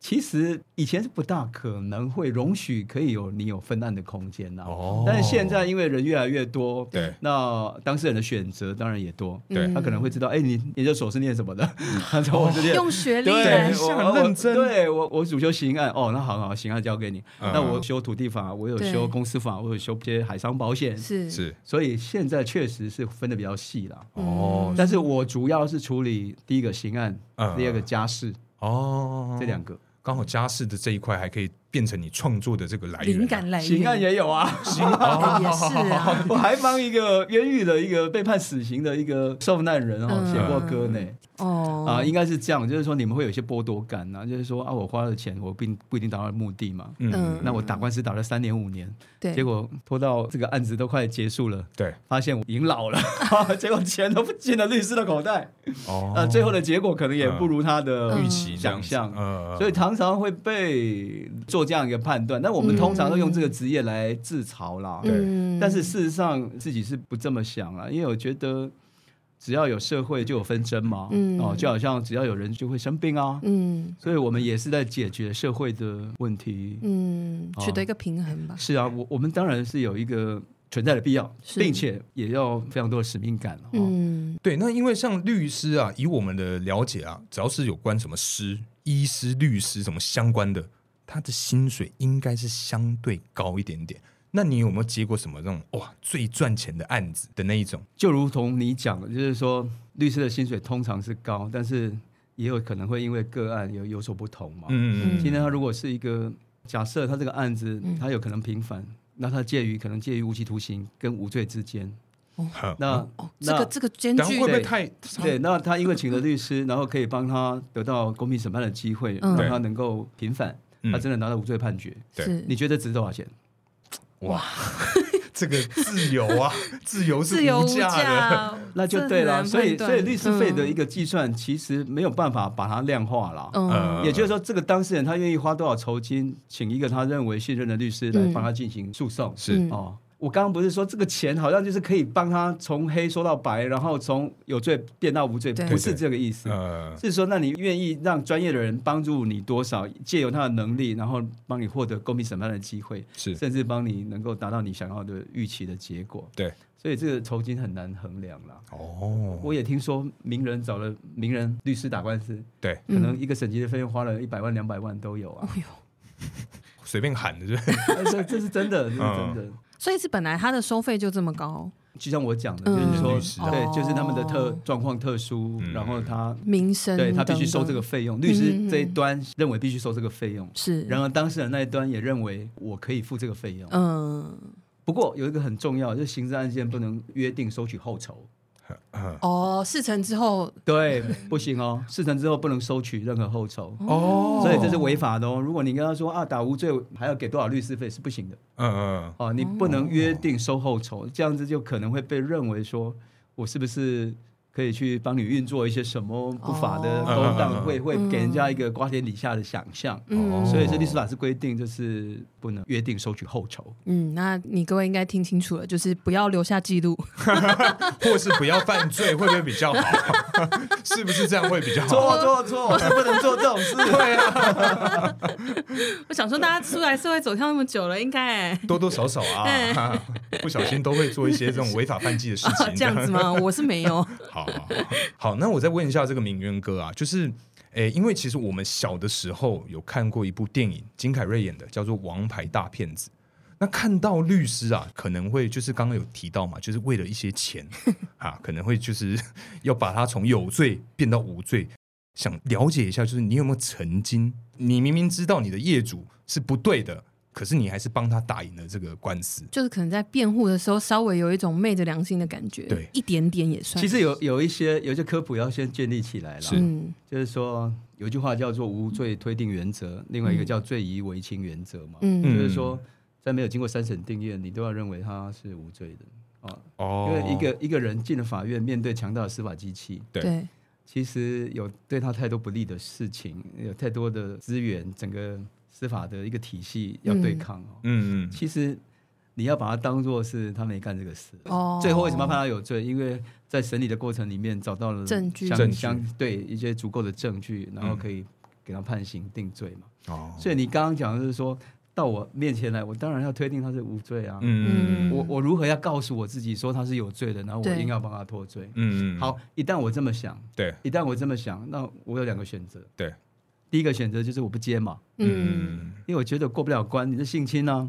Speaker 3: 其实以前是不大可能会容许可以有你有分案的空间呐。
Speaker 1: 哦
Speaker 3: 但是现在因为人越来越多，
Speaker 1: 对嗯
Speaker 3: 那当事人的选择当然也多，
Speaker 2: 对
Speaker 3: 他可能会知道，哎，你研究所是念什么的？ <laughs> 他说我是念
Speaker 1: 哦
Speaker 2: <laughs> 用学历
Speaker 3: 对，
Speaker 2: 来
Speaker 1: 一，下
Speaker 3: 我我
Speaker 1: 哦认真
Speaker 3: 对我，我主修刑案，哦，那好好，刑案交给你。
Speaker 1: 嗯
Speaker 3: 那我修土地法，我有
Speaker 2: 对
Speaker 3: 修公司法，我有修一些海商保险，
Speaker 2: 是
Speaker 1: 是
Speaker 3: 所以现在确实是分的比较细了。
Speaker 2: 嗯
Speaker 1: 哦
Speaker 3: 但是我主要是处理第一个刑案，
Speaker 1: 嗯
Speaker 3: 第二个家事，
Speaker 1: 哦，
Speaker 3: 这两个
Speaker 1: 刚好家事的这一块还可以变成你创作的这个来源啊哦
Speaker 2: 灵感来源，
Speaker 3: 刑案也有
Speaker 2: <laughs>
Speaker 3: 啊。
Speaker 2: 哎也是啊，
Speaker 3: 我还帮一个冤狱的一个被判死刑的一个受难人哦
Speaker 2: 嗯
Speaker 3: 写过歌呢。
Speaker 2: 哦
Speaker 3: 啊、应该是这样，就是说你们会有一些剥夺感呐、就是说啊，我花了钱，我并不一定达到目的嘛。
Speaker 1: 嗯，
Speaker 3: 那我打官司打了三年五年，
Speaker 2: 对，
Speaker 3: 结果拖到这个案子都快结束了，
Speaker 1: 对，
Speaker 3: 发现我已经
Speaker 2: <laughs>
Speaker 3: 老了， <laughs> 结果钱都不进了律师的口袋，
Speaker 1: 哦，
Speaker 3: 呃，最后的结果可能也不如他的
Speaker 2: 嗯
Speaker 1: 预期这样
Speaker 3: 想
Speaker 1: 子
Speaker 3: 象，
Speaker 1: 呃，
Speaker 3: 所以常常会被做这样一个判断。但我们通常都用这个职业来自嘲啦，
Speaker 1: 对
Speaker 2: 嗯
Speaker 3: 但是事实上自己是不这么想啊啦，因为我觉得只要有社会就有纷争嘛，
Speaker 2: 嗯
Speaker 3: 哦，就好像只要有人就会生病啊，
Speaker 2: 嗯
Speaker 3: 所以我们也是在解决社会的问题。
Speaker 2: 嗯，取
Speaker 3: 哦
Speaker 2: 得一个平衡吧。
Speaker 3: 是啊，我我们当然是有一个存在的必要，
Speaker 2: 是
Speaker 3: 并且也要非常多的使命感了、哦。
Speaker 2: 嗯
Speaker 1: 对，那因为像律师啊，以我们的了解啊，只要是有关什么师、医师、律师什么相关的，他的薪水应该是相对高一点点。那你有没有接过什么那种哇最赚钱的案子的那一种？
Speaker 3: 就如同你讲的，就是说律师的薪水通常是高，但是也有可能会因为个案有有所不同嘛。
Speaker 1: 嗯
Speaker 3: 今天他如果是一个假设，他这个案子
Speaker 2: 嗯
Speaker 3: 他有可能平反，那他介于可能介于无期徒刑跟无罪之间。
Speaker 1: 好，
Speaker 3: 那
Speaker 2: 哦，这
Speaker 3: 那
Speaker 2: 个这个
Speaker 1: 嗯
Speaker 2: 间
Speaker 1: 然后
Speaker 2: 距
Speaker 1: 会不会
Speaker 3: 对
Speaker 1: 太
Speaker 3: 对，那他因为请了律师，然后可以帮他得到公平审判的机会，
Speaker 2: 嗯
Speaker 3: 让他能够平反，
Speaker 1: 嗯
Speaker 3: 他真的拿到无罪判决。
Speaker 1: 对
Speaker 2: 是
Speaker 3: 你觉得值多少钱？
Speaker 1: 哇？ <laughs> 这个自由
Speaker 2: <laughs>
Speaker 1: 啊，自由是
Speaker 2: 自由
Speaker 1: 无
Speaker 2: 无
Speaker 1: 价的。
Speaker 2: 价，
Speaker 3: <laughs> 那就
Speaker 2: 这
Speaker 3: 对
Speaker 2: 很
Speaker 3: 了。
Speaker 2: 难
Speaker 3: 所以，
Speaker 2: 判断
Speaker 3: 所以律师费的一个计算其实没有办法把它量化了。
Speaker 1: 呃
Speaker 2: 嗯
Speaker 3: 也就是说，这个当事人他愿意花多少酬金，请一个他认为信任的律师来帮他进行诉讼。
Speaker 1: 是
Speaker 2: 嗯
Speaker 3: 哦，我刚刚不是说这个钱好像就是可以帮他从黑说到白，然后从有罪变到无罪，
Speaker 2: 对
Speaker 3: 不是这个意思。
Speaker 1: 呃，
Speaker 3: 是说，那你愿意让专业的人帮助你多少，借由他的能力，然后帮你获得公平审判的机会，
Speaker 1: 是
Speaker 3: 甚至帮你能够达到你想要的预期的结果。
Speaker 1: 对，
Speaker 3: 所以这个酬金很难衡量啦。
Speaker 1: 哦，
Speaker 3: 我也听说名人找了名人律师打官司，
Speaker 1: 对，
Speaker 3: 可
Speaker 2: 嗯
Speaker 3: 能一个审级的费用花了一百万、两百万都有
Speaker 1: <laughs>
Speaker 2: 哦
Speaker 3: 啊。
Speaker 1: 随便喊的，对，
Speaker 3: 哎这这是真的，这是真的。
Speaker 2: 所以是本来它的收费就这么高，
Speaker 3: 就像我讲的，
Speaker 2: 嗯
Speaker 3: 就是
Speaker 1: 律师
Speaker 3: 说，
Speaker 1: 啊
Speaker 3: 对
Speaker 2: 哦，
Speaker 3: 就是他们的特状况特殊
Speaker 1: 嗯，
Speaker 3: 然后他
Speaker 2: 民生
Speaker 3: 对他必须
Speaker 2: 等
Speaker 3: 收
Speaker 2: 等
Speaker 3: 这个费用，
Speaker 2: 嗯
Speaker 3: 律师这一端认为必须收这个费用，
Speaker 2: 是，
Speaker 3: 然而当事人那一端也认为我可以付这个费用。
Speaker 2: 嗯
Speaker 3: 不过有一个很重要，就是刑事案件不能约定收取后
Speaker 2: <laughs>
Speaker 3: 酬，
Speaker 1: <laughs> 嗯
Speaker 2: 哦，事成之后
Speaker 3: 对，不行哦，事成之后不能收取任何后酬。
Speaker 1: 哦
Speaker 3: 所以这是违法的哦！如果你跟他说啊，打无罪还要给多少律师费是不行的
Speaker 1: 嗯嗯，
Speaker 3: 哦，你不能约定收后酬，这样子就可能会被认为说我是不是可以去帮你运作一些什么不法的勾当，
Speaker 1: 哦
Speaker 3: 会会给人家一个瓜田李下的想象。哦
Speaker 1: 嗯
Speaker 3: 所以这律师法是规定，就是不能约定收取后酬。
Speaker 2: 嗯，那你各位应该听清楚了，就是不要留下记录，
Speaker 1: 或是不要犯罪会不会比较好？啊 <laughs> 是不是这样会比较好？
Speaker 3: <laughs> 错错错，是不能做这种事。
Speaker 1: 对啊，
Speaker 2: 我想说，大家出来社会走跳那么久了，应 <laughs> 该、
Speaker 1: 多多少少啊， <laughs> 不小心都会做一些这种违法犯纪的事
Speaker 2: 嗯哦、
Speaker 1: 情。
Speaker 2: 这样子吗？我是没有，
Speaker 1: 好，好，好 <laughs> 好，那我再问一下这个明渊哥啊，就是，诶、因为其实我们小的时候有看过一部电影，金凯瑞演的，叫做《王牌大骗子》。那看到律师啊，可能会就是刚刚有提到嘛，就是为了一些钱啊，可能会就是 <laughs> 要把他从有罪变到无罪。想了解一下，就是你有没有曾经，你明明知道你的业主是不对的，可是你还是帮他打赢了这个官司？
Speaker 2: <laughs> 就是可能在辩护的时候稍微有一种昧着良心的感觉，
Speaker 1: 对
Speaker 2: 一点点也算。
Speaker 3: 其实有有一些有一些科普要先建立起来了。
Speaker 2: 嗯
Speaker 3: 就是说有一句话叫做无罪推定原则，另外一个叫罪疑为轻原则嘛，
Speaker 2: 嗯
Speaker 3: 就是说在没有经过三审定验，你都要认为他是无罪的啊，
Speaker 1: 哦
Speaker 3: 因为一个一个人进了法院，面对强大的司法机器。
Speaker 1: 对
Speaker 2: 对，
Speaker 3: 其实有对他太多不利的事情，有太多的资源，整个司法的一个体系要对抗哦。
Speaker 1: 嗯嗯
Speaker 3: 其实你要把它当做是他没干这个事，
Speaker 2: 哦，
Speaker 3: 最后为什么要判他有罪？因为在审理的过程里面找到了
Speaker 2: 证据
Speaker 1: 证
Speaker 3: 相
Speaker 1: 据
Speaker 3: 相对一些足够的证据，然后
Speaker 1: 嗯
Speaker 3: 可以给他判刑定罪嘛。
Speaker 1: 哦
Speaker 3: 所以你刚刚讲的就是说到我面前来，我当然要推定他是无罪啊。
Speaker 1: 嗯
Speaker 3: 我我如何要告诉我自己说他是有罪的，然后我
Speaker 2: 对
Speaker 3: 硬要帮他脱罪？
Speaker 1: 嗯嗯，
Speaker 3: 好，一旦我这么想，
Speaker 1: 对
Speaker 3: 一旦我这么想，那我有两个选择。
Speaker 1: 对，
Speaker 3: 第一个选择就是我不接嘛，
Speaker 2: 嗯，
Speaker 3: 因为我觉得过不了关，你是性侵啊，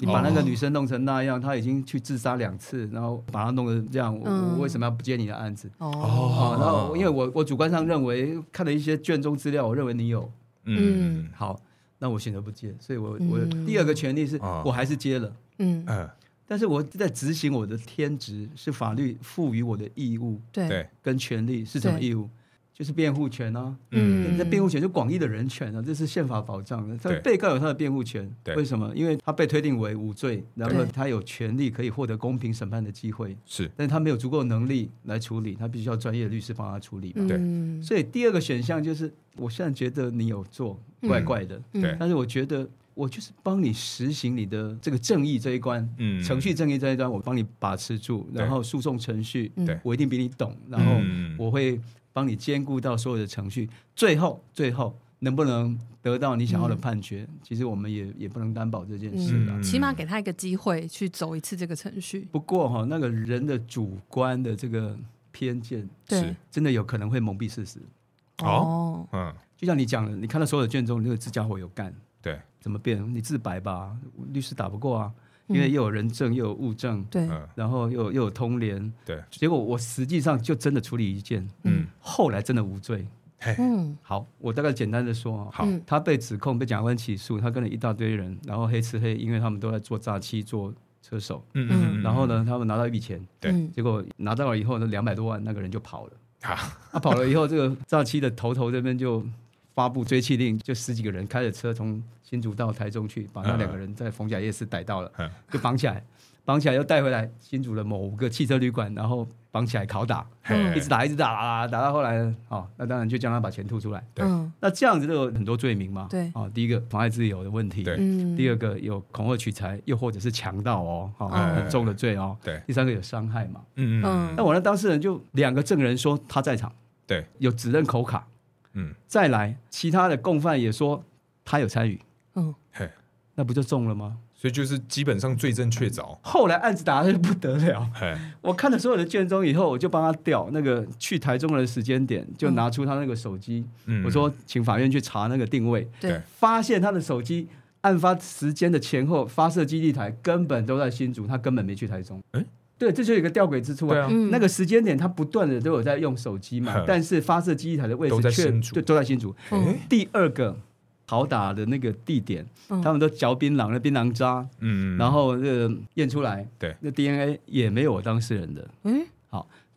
Speaker 3: 你把那个女生弄成那样，她已经去自杀两次，然后把她弄成这样，我,、
Speaker 2: 嗯
Speaker 3: 我为什么要不接你的案子？
Speaker 2: 哦，
Speaker 3: 哦，然后因为我我主观上认为看了一些卷宗资料，我认为你有
Speaker 1: 嗯
Speaker 3: 好，那我选择不接，所以我、
Speaker 2: 嗯
Speaker 3: 我第二个权利是、
Speaker 1: 哦
Speaker 3: 我还是接了，
Speaker 2: 嗯，
Speaker 1: 嗯
Speaker 3: 但是我在执行我的天职，是法律赋予我的义务
Speaker 2: 对，
Speaker 1: 对
Speaker 3: 跟权利是什么
Speaker 2: 对
Speaker 3: 义务？就是辩护权啊，
Speaker 1: 嗯
Speaker 3: 那辩护权就广义的人权啊，这是宪法保障的。他
Speaker 1: 对
Speaker 3: 被告有他的辩护权
Speaker 1: 对，
Speaker 3: 为什么？因为他被推定为无罪，然后
Speaker 2: 对
Speaker 3: 他有权利可以获得公平审判的机会，
Speaker 1: 是
Speaker 3: 但是他没有足够能力来处理，他必须要专业的律师帮他处理嘛。
Speaker 1: 对
Speaker 2: 嗯
Speaker 3: 所以第二个选项就是，我现在觉得你有做
Speaker 2: 嗯
Speaker 3: 怪怪的，
Speaker 2: 嗯
Speaker 1: 对
Speaker 3: 但是我觉得我就是帮你实行你的这个正义这一关，
Speaker 1: 嗯
Speaker 3: 程序正义这一端我帮你把持住，
Speaker 1: 对
Speaker 3: 然后诉讼程序
Speaker 2: 嗯
Speaker 1: 对
Speaker 3: 我一定比你懂，然后
Speaker 1: 嗯
Speaker 3: 我会帮你兼顾到所有的程序，最后最后能不能得到你想要的判决，其实我们也也不能担保这件事啦。
Speaker 1: 嗯
Speaker 2: 起码给他一个机会去走一次这个程序。
Speaker 3: 不过哈、那个人的主观的这个偏见，
Speaker 2: 对
Speaker 1: 是，
Speaker 3: 真的有可能会蒙蔽事实。
Speaker 1: 哦，
Speaker 2: 哦，
Speaker 1: 嗯，
Speaker 3: 就像你讲的，你看到所有的卷宗，你就这家伙有干，
Speaker 1: 对，
Speaker 3: 怎么变？你自白吧，律师打不过啊，因为又有人证，又有物证，
Speaker 2: 对，
Speaker 1: 嗯，
Speaker 3: 然后又又有通联，
Speaker 1: 对，
Speaker 3: 结果我实际上就真的处理一件，
Speaker 1: 嗯，
Speaker 3: 后来真的无罪。
Speaker 2: 嗯，
Speaker 3: 好，我大概简单的说啊，
Speaker 1: 好
Speaker 2: 嗯
Speaker 3: 他被指控被检察官起诉，他跟了一大堆人，然后黑吃黑，因为他们都在做诈欺、做车手，
Speaker 1: 嗯
Speaker 2: 嗯
Speaker 3: 然后？呢，他们拿到一笔钱，
Speaker 1: 对
Speaker 2: 嗯
Speaker 3: 结果拿到了以后呢，两百多万，那个人就跑了。
Speaker 1: 啊，
Speaker 3: 他跑了以后，这个诈欺的头头这边就发布追缉令，就十几个人开着车从新竹到台中去，把那两个人在逢甲夜市逮到了
Speaker 1: 嗯，
Speaker 3: 就绑起来，绑起来又带回来新竹的某个汽车旅馆，然后绑起来拷打，
Speaker 1: 嘿
Speaker 3: 一直打一直打，打打到后来，哦，那当然就将他把钱吐出来。
Speaker 1: 对
Speaker 2: 嗯
Speaker 3: 那这样子就有很多罪名嘛，
Speaker 2: 对
Speaker 3: 啊、第一个妨碍自由的问题，
Speaker 1: 对
Speaker 2: 嗯，
Speaker 3: 第二个有恐吓取财，又或者是强盗哦，哦
Speaker 1: 哎
Speaker 3: 很重的罪哦，
Speaker 1: 对
Speaker 3: 第三个有伤害嘛，
Speaker 1: 嗯嗯
Speaker 3: 那我那当事人就两个证人说他在场，
Speaker 1: 对，
Speaker 3: 有指认口卡，
Speaker 1: 嗯，
Speaker 3: 再来其他的共犯也说他有参与，
Speaker 2: 嗯
Speaker 1: 嘿，
Speaker 3: 那不就中了吗？
Speaker 1: 所以就是基本上罪证确凿，
Speaker 3: 后来案子打的就不得了， <laughs>
Speaker 1: 嘿，
Speaker 3: 我看了所有的卷宗以后，我就帮他调那个去台中的时间点，就拿出他那个手机，
Speaker 1: 嗯
Speaker 3: 我说请法院去查那个定位，
Speaker 2: 对
Speaker 1: 对，
Speaker 3: 发现他的手机。案发时间的前后，发射基地台根本都在新竹，他根本没去台中。
Speaker 1: 诶
Speaker 3: 对，这就有一个吊诡之处
Speaker 1: 对啊
Speaker 2: 嗯
Speaker 3: 那个时间点，他不断的都有在用手机嘛
Speaker 1: 哼，
Speaker 3: 但是发射基地台的位
Speaker 1: 都
Speaker 3: 置
Speaker 1: 在
Speaker 3: 却
Speaker 1: 新竹
Speaker 3: 对都在新竹。
Speaker 2: 嗯
Speaker 3: 第二个拷打的那个地点，
Speaker 2: 嗯
Speaker 3: 他们都嚼槟榔的槟榔渣，
Speaker 1: 嗯
Speaker 3: 然后这个验出来，
Speaker 1: 对
Speaker 3: 那 DNA 也没有我当事人的。
Speaker 2: 嗯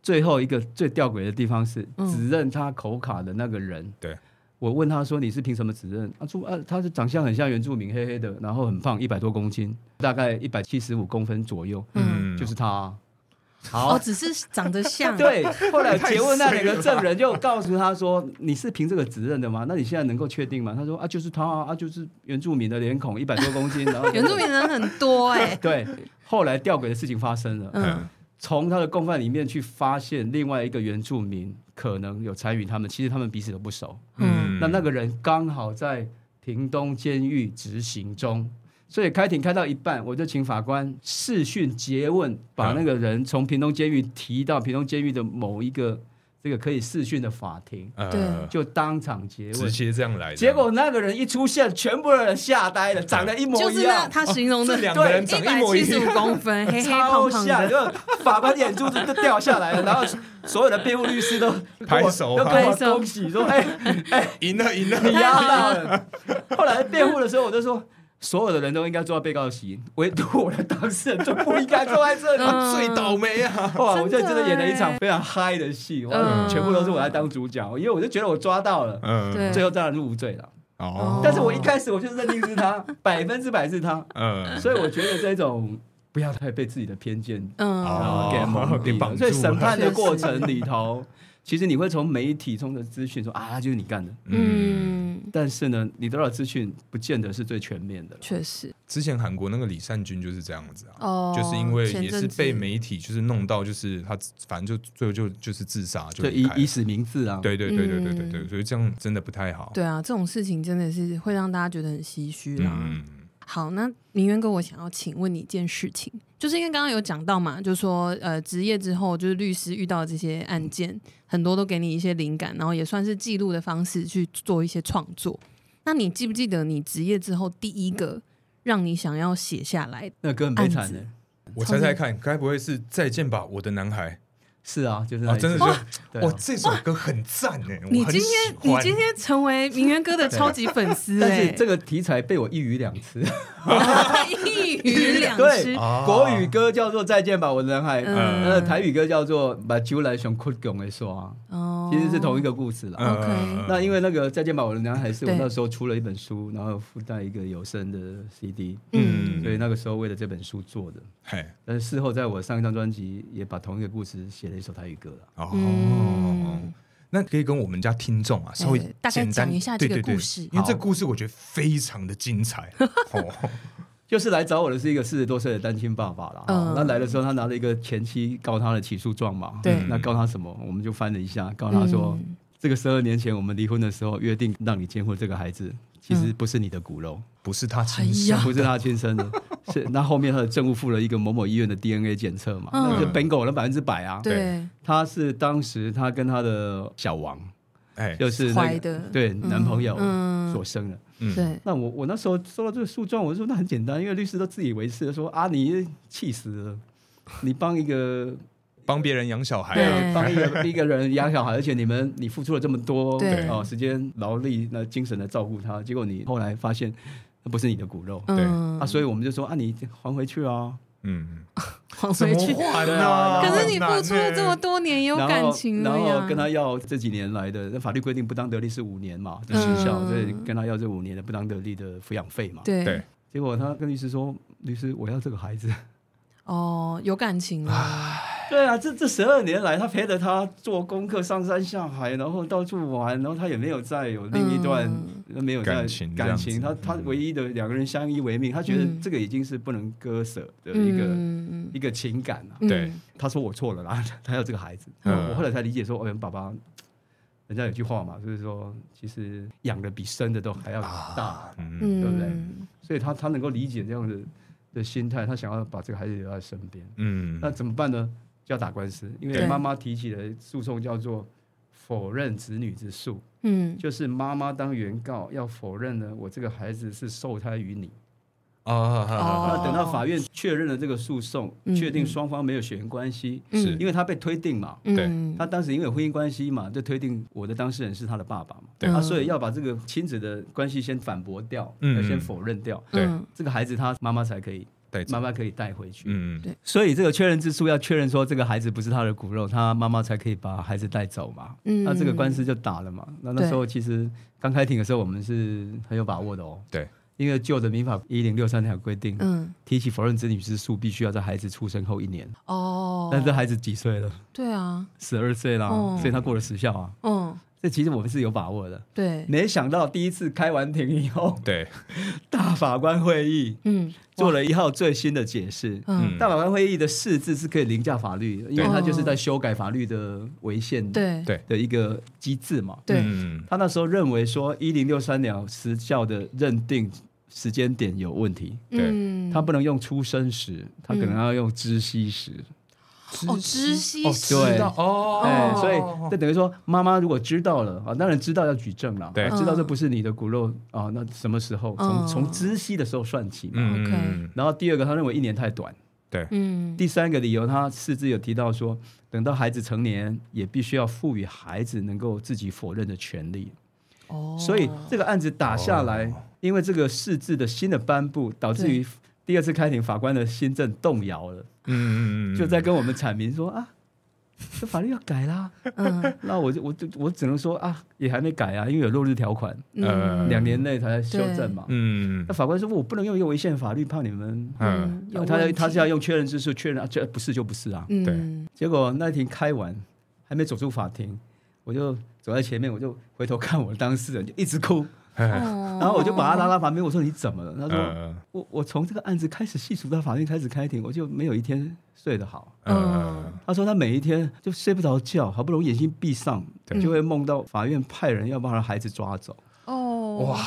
Speaker 3: 最后一个最吊诡的地方是
Speaker 2: 嗯
Speaker 3: 指认他口卡的那个人。
Speaker 1: 对，
Speaker 3: 我问他说：“你是凭什么指认？”啊，住啊，他的长相很像原住民，黑黑的，然后很胖，一百多公斤，大概一百七十五公分左右，
Speaker 2: 嗯，
Speaker 3: 就是他啊、好
Speaker 2: 哦，，只是长得像，
Speaker 3: <laughs> 对，后来结问那两个证人就告诉他说：“你是凭这个指认的吗？那你现在能够确定吗？”他说：“啊，就是他啊，啊就是原住民的脸孔，一百多公斤。”然后
Speaker 2: 原住民人很多哎，
Speaker 3: 对，后来吊诡的事情发生了，
Speaker 2: 嗯
Speaker 3: 从他的共犯里面去发现另外一个原住民可能有参与他们，其实他们彼此都不熟。
Speaker 2: 嗯
Speaker 3: 那那个人刚好在屏东监狱执行中。所以开庭开到一半，我就请法官视讯诘问，把那个人从屏东监狱提到屏东监狱的某一个这个可以视讯的法庭，
Speaker 1: 呃，
Speaker 3: 就当场诘
Speaker 1: 直
Speaker 3: 问。
Speaker 1: 接这样来的，
Speaker 3: 结果那个人一出现，全部的人吓呆了，长得一模
Speaker 2: 就
Speaker 3: 一
Speaker 2: 是那
Speaker 3: 样，
Speaker 2: 他形容的
Speaker 1: 哦这两个人长
Speaker 2: 一
Speaker 1: 一
Speaker 2: 百
Speaker 1: 模
Speaker 2: 七
Speaker 1: 一
Speaker 2: 十五
Speaker 1: 样，
Speaker 2: 公
Speaker 1: <laughs>
Speaker 2: 分，黑黑
Speaker 3: 超
Speaker 2: 胖胖
Speaker 3: 吓，
Speaker 2: 的，
Speaker 3: 就法官眼珠子都掉下来了，然后所有的辩护律师都
Speaker 1: 拍手
Speaker 3: 都跟
Speaker 2: 拍
Speaker 3: 我
Speaker 2: 手
Speaker 3: 恭喜说：“哎哎，
Speaker 1: 赢了赢了，
Speaker 3: 你压到了。后来辩护的时候，我就说，所有的人都应该坐在被告席，唯独我的当事人就不应该坐在这里。
Speaker 2: 嗯
Speaker 1: 最倒霉啊，
Speaker 3: 哇，
Speaker 2: 真的
Speaker 3: 我就真的演了一场非常嗨的戏，哇，
Speaker 2: 嗯
Speaker 3: 全部都是我在当主角，因为我就觉得我抓到了，
Speaker 1: 嗯，
Speaker 2: 对
Speaker 3: 最后当然是无罪了。
Speaker 1: 哦，
Speaker 3: 但是我一开始我就认定是他，百分之百是他，
Speaker 1: 嗯，
Speaker 3: 所以我觉得这种不要太被自己的偏见
Speaker 2: 嗯
Speaker 1: 好
Speaker 3: 啊
Speaker 1: 哦
Speaker 3: 给蒙
Speaker 1: 给
Speaker 3: 蔽
Speaker 1: 绑
Speaker 3: 了。
Speaker 1: 住
Speaker 3: 所以审判的过程里头，其实你会从媒体中的资讯说啊，就是你干的，
Speaker 2: 嗯，
Speaker 3: 但是呢，你得到的资讯不见得是最全面的了。
Speaker 2: 确实
Speaker 1: 之前韩国那个李善均就是这样子啊，
Speaker 2: 哦，
Speaker 1: 就是因为
Speaker 2: 前
Speaker 1: 也是
Speaker 2: 阵子
Speaker 1: 被媒体就是弄到，就是他反正就最后就就是自杀，就
Speaker 3: 就
Speaker 1: 离
Speaker 3: 以
Speaker 1: 开
Speaker 3: 以
Speaker 1: 了
Speaker 3: 死明志啊，
Speaker 1: 对对对对对对
Speaker 2: 嗯
Speaker 1: 对，所以这样真的不太好。
Speaker 2: 对啊啊，这种事情真的是会让大家觉得很唏嘘啦。
Speaker 1: 嗯，
Speaker 2: 好，那明渊哥，我想要请问你一件事情，就是因为刚刚有讲到嘛，就是说呃，职业之后，就是律师遇到这些案件，很多都给你一些灵感，然后也算是记录的方式去做一些创作。那你记不记得你职业之后第一个让你想要写下来？
Speaker 3: 那歌很悲惨的
Speaker 2: 案。
Speaker 1: 我猜猜看，该不会是《再见吧，我的男孩
Speaker 3: 是啊，就是》 <laughs> 那
Speaker 1: 啊？
Speaker 3: 一
Speaker 1: 真的
Speaker 3: 首
Speaker 2: 哦
Speaker 1: 是，
Speaker 3: 对啊
Speaker 1: 哇，这首歌很赞哎，
Speaker 2: 你
Speaker 1: 我很
Speaker 2: 今
Speaker 1: 喜
Speaker 2: 天你
Speaker 1: 欢
Speaker 2: 今天成为明渊哥的超级粉
Speaker 3: <laughs>
Speaker 2: 丝、
Speaker 3: 但是
Speaker 2: 欸，
Speaker 3: 这个题材被我一语两吃。
Speaker 2: <laughs> 一鱼两吃哦
Speaker 3: 对，哦
Speaker 1: 啊
Speaker 3: 国语歌叫做《再见吧，我的男孩》，
Speaker 2: 嗯
Speaker 3: 呃，台语歌叫做《把酒来熊哭囧的说》啊。
Speaker 2: 哦哦，
Speaker 3: 其实是同一个故事啦。
Speaker 1: 嗯
Speaker 2: OK
Speaker 1: 嗯嗯
Speaker 3: 那因为那个《再见吧，我的男孩》是我
Speaker 2: 对
Speaker 3: 那时候出了一本书，然后附带一个有声的 CD，
Speaker 1: 嗯
Speaker 3: 所以那个时候为了这本书做的。
Speaker 1: 嘿，
Speaker 3: 但是事后在我上一张专辑也把同一个故事写了一首台语歌了。
Speaker 1: 哦。
Speaker 2: 嗯
Speaker 1: 那可以跟我们家听众啊，稍微
Speaker 2: 哎大概
Speaker 1: 简单
Speaker 2: 讲一下
Speaker 1: 对
Speaker 2: 这个
Speaker 1: 对对
Speaker 2: 故事
Speaker 1: 因为这
Speaker 3: 好
Speaker 1: 故事我觉得非常的精
Speaker 2: <laughs>
Speaker 1: 彩。哦，
Speaker 3: 就是来找我的是一个四十多岁的单亲爸爸啦。
Speaker 2: 嗯
Speaker 3: 嗯、那来的时候，他拿了一个前妻告他的起诉状嘛。
Speaker 2: 对嗯
Speaker 3: 嗯那告他什么？我们就翻了一下，告他说，这个十二年前我们离婚的时候约定让你监护这个孩子，其实不是你的骨肉，
Speaker 1: 不是他
Speaker 2: 哎
Speaker 1: 亲
Speaker 2: 嗯呀
Speaker 1: 生，
Speaker 3: 不是他亲生的。 <laughs> 是那后面他的证物附了一个某某医院的 DNA 检测嘛，
Speaker 2: 嗯
Speaker 3: 那就 bingo 了百分之百啊。
Speaker 2: 对，
Speaker 3: 他是当时他跟他的小王，
Speaker 1: 哎，
Speaker 3: 就是那
Speaker 2: 怀
Speaker 3: 个
Speaker 2: 的，
Speaker 3: 对男朋友
Speaker 2: 嗯
Speaker 3: 所生的。
Speaker 1: 嗯，
Speaker 2: 对，
Speaker 3: 那我我那时候收到这个诉状，我就说那很简单，因为律师都自以为是地说啊，你气死了，你帮一个
Speaker 1: 帮别人养小孩啊，
Speaker 2: <laughs> 对
Speaker 3: 帮一个一个人养小孩，而且你们你付出了这么多
Speaker 2: 对
Speaker 3: 哦时间劳力那精神来照顾他，结果你后来发现那不是你的骨肉、
Speaker 2: 嗯
Speaker 3: 啊，，所以我们就说啊，你还回去啊，
Speaker 1: 嗯，
Speaker 2: 还
Speaker 1: 怎
Speaker 2: 回
Speaker 1: 么
Speaker 2: 去。
Speaker 1: <laughs> 还
Speaker 3: 对
Speaker 1: 呢？
Speaker 3: 啊
Speaker 2: 可是你付
Speaker 1: 很
Speaker 2: 出
Speaker 1: 难
Speaker 2: 了
Speaker 1: 呢
Speaker 2: 这么多年，也有
Speaker 3: 然后
Speaker 2: 感情
Speaker 3: 然
Speaker 2: 了呀
Speaker 3: 后。跟他要这几年来的那法律规定不当得利是五年嘛，就时效，
Speaker 2: 嗯
Speaker 3: 所以跟他要这五年的不当得利的抚养费嘛。
Speaker 1: 对
Speaker 2: 对，
Speaker 3: 结果他跟律师说，律师我要这个孩子。
Speaker 2: 哦，有感情了。
Speaker 3: <laughs> 对啊，这这十二年来，他陪着他做功课，上山下海，然后到处玩，然后他也没有再有另一段、
Speaker 2: 嗯
Speaker 3: 没有再
Speaker 1: 感情这样
Speaker 3: 感
Speaker 1: 子嗯
Speaker 3: 情，他他唯一的两个人相依为命，他觉得这个已经是不能割舍的一个、
Speaker 2: 嗯，
Speaker 3: 一个情感啊。
Speaker 2: 嗯
Speaker 1: 对，
Speaker 3: 他说我错了啦， <laughs> 他要这个孩子。
Speaker 1: 嗯
Speaker 3: 我后来才理解说，哦，爸爸，人家有句话嘛，就是说，其实养的比生的都还要大，
Speaker 1: 嗯，
Speaker 2: 嗯，
Speaker 3: 对不对所以他他能够理解这样的的心态，他想要把这个孩子留在身边。
Speaker 1: 嗯
Speaker 3: 那怎么办呢？就要打官司，因为
Speaker 2: 对
Speaker 3: 妈妈提起了诉讼叫做否认子女之诉，
Speaker 2: 嗯，
Speaker 3: 就是妈妈当原告要否认呢，我这个孩子是受胎于你。
Speaker 1: 啊， <laughs>
Speaker 3: 那等到法院确认了这个诉讼，
Speaker 2: 哦嗯
Speaker 3: 确定双方没有血缘关系，
Speaker 2: 嗯
Speaker 1: 是
Speaker 3: 因为他被推定嘛。
Speaker 1: 对
Speaker 2: 嗯
Speaker 3: 他当时因为有婚姻关系嘛，就推定我的当事人是他的爸爸嘛，
Speaker 2: 对
Speaker 3: 啊，所以要把这个亲子的关系先反驳掉，
Speaker 1: 嗯
Speaker 3: 要先否认掉，
Speaker 1: 对
Speaker 2: 嗯
Speaker 3: 这个孩子他妈妈才可以，
Speaker 1: 带走
Speaker 3: 妈，妈可以带回去。
Speaker 1: 嗯，
Speaker 2: 对
Speaker 3: 所以这个确认之书要确认说这个孩子不是他的骨肉，他妈妈才可以把孩子带走嘛。
Speaker 2: 嗯
Speaker 3: 那这个官司就打了嘛。那那时候其实刚开庭的时候，我们是很有把握的哦。
Speaker 1: 对，
Speaker 3: 因为旧的民法一零六三条规定，
Speaker 2: 嗯，
Speaker 3: 提起否认子女之诉，必须要在孩子出生后一年。
Speaker 2: 哦，
Speaker 3: 但这孩子几岁了？
Speaker 2: 对啊，
Speaker 3: 十二岁啦，
Speaker 2: 哦
Speaker 3: 所以他过了时效啊。
Speaker 2: 嗯，
Speaker 3: 这其实我们是有把握的。
Speaker 2: 对，
Speaker 3: 没想到第一次开完庭以后，
Speaker 1: 对，
Speaker 3: 大法官会议
Speaker 2: 嗯，
Speaker 3: 做了一号最新的解释。
Speaker 2: 嗯，
Speaker 3: 大法官会议的释字是可以凌驾法律的，因为它就是在修改法律的违宪的
Speaker 2: 对，
Speaker 1: 对
Speaker 3: 一个机制嘛。
Speaker 2: 对
Speaker 1: 嗯
Speaker 3: 他那时候认为说一零六三条时效的认定时间点有问题，
Speaker 1: 对
Speaker 2: 嗯，
Speaker 3: 他不能用出生时，他可能要用知悉时。
Speaker 2: 哦，知悉
Speaker 1: 哦，知
Speaker 2: 时
Speaker 3: 对
Speaker 1: 道哦，
Speaker 3: 哎、
Speaker 1: 哦
Speaker 3: 所以这等于说妈妈如果知道了啊，当然知道要举证了，
Speaker 1: 对
Speaker 3: 啊知道这不是你的骨肉啊，那什么时候
Speaker 2: 嗯
Speaker 3: 从从知悉的时候算起嘛？
Speaker 1: 嗯
Speaker 2: OK
Speaker 1: 嗯，
Speaker 3: 然后第二个，他认为一年太短。
Speaker 2: 嗯，
Speaker 3: 第三个理由，他甚至有提到说，等到孩子成年，也必须要赋予孩子能够自己否认的权利。
Speaker 2: 哦，
Speaker 3: 所以这个案子打下来，
Speaker 1: 哦
Speaker 3: 因为这个释字的新的颁布，导致于第二次开庭法官的新政动摇了，
Speaker 1: 嗯嗯嗯，
Speaker 3: 就在跟我们阐明说啊，这法律要改啦。
Speaker 2: 嗯，
Speaker 3: <laughs> 那我就我就我只能说啊，也还没改啊，因为有落日条款，
Speaker 2: 嗯
Speaker 1: 呃
Speaker 3: 两年内才修正嘛。
Speaker 1: 嗯
Speaker 3: 那法官说我不能用一个违宪法律，怕你们。
Speaker 1: 嗯，
Speaker 2: 嗯，有
Speaker 3: 他
Speaker 2: 问
Speaker 3: 他
Speaker 2: 题
Speaker 3: 是要，用确认之术确认，啊这不是就不是啊。
Speaker 2: 嗯，
Speaker 3: 结果那一庭开完，还没走出法庭，我就走在前面，我就回头看我的当事人，就一直哭。
Speaker 1: <laughs>
Speaker 2: 哦
Speaker 3: <laughs> 然后我就把他拉到旁边，我说你怎么了？他说、
Speaker 1: 嗯
Speaker 3: 我我从这个案子开始细数到法院开始开庭，我就没有一天睡得好。
Speaker 1: 嗯
Speaker 3: 他说他每一天就睡不着觉，好不容易眼睛闭上，
Speaker 1: 对
Speaker 3: 就会梦到法院派人要把他的孩子抓走。
Speaker 2: 哦，
Speaker 1: 哇，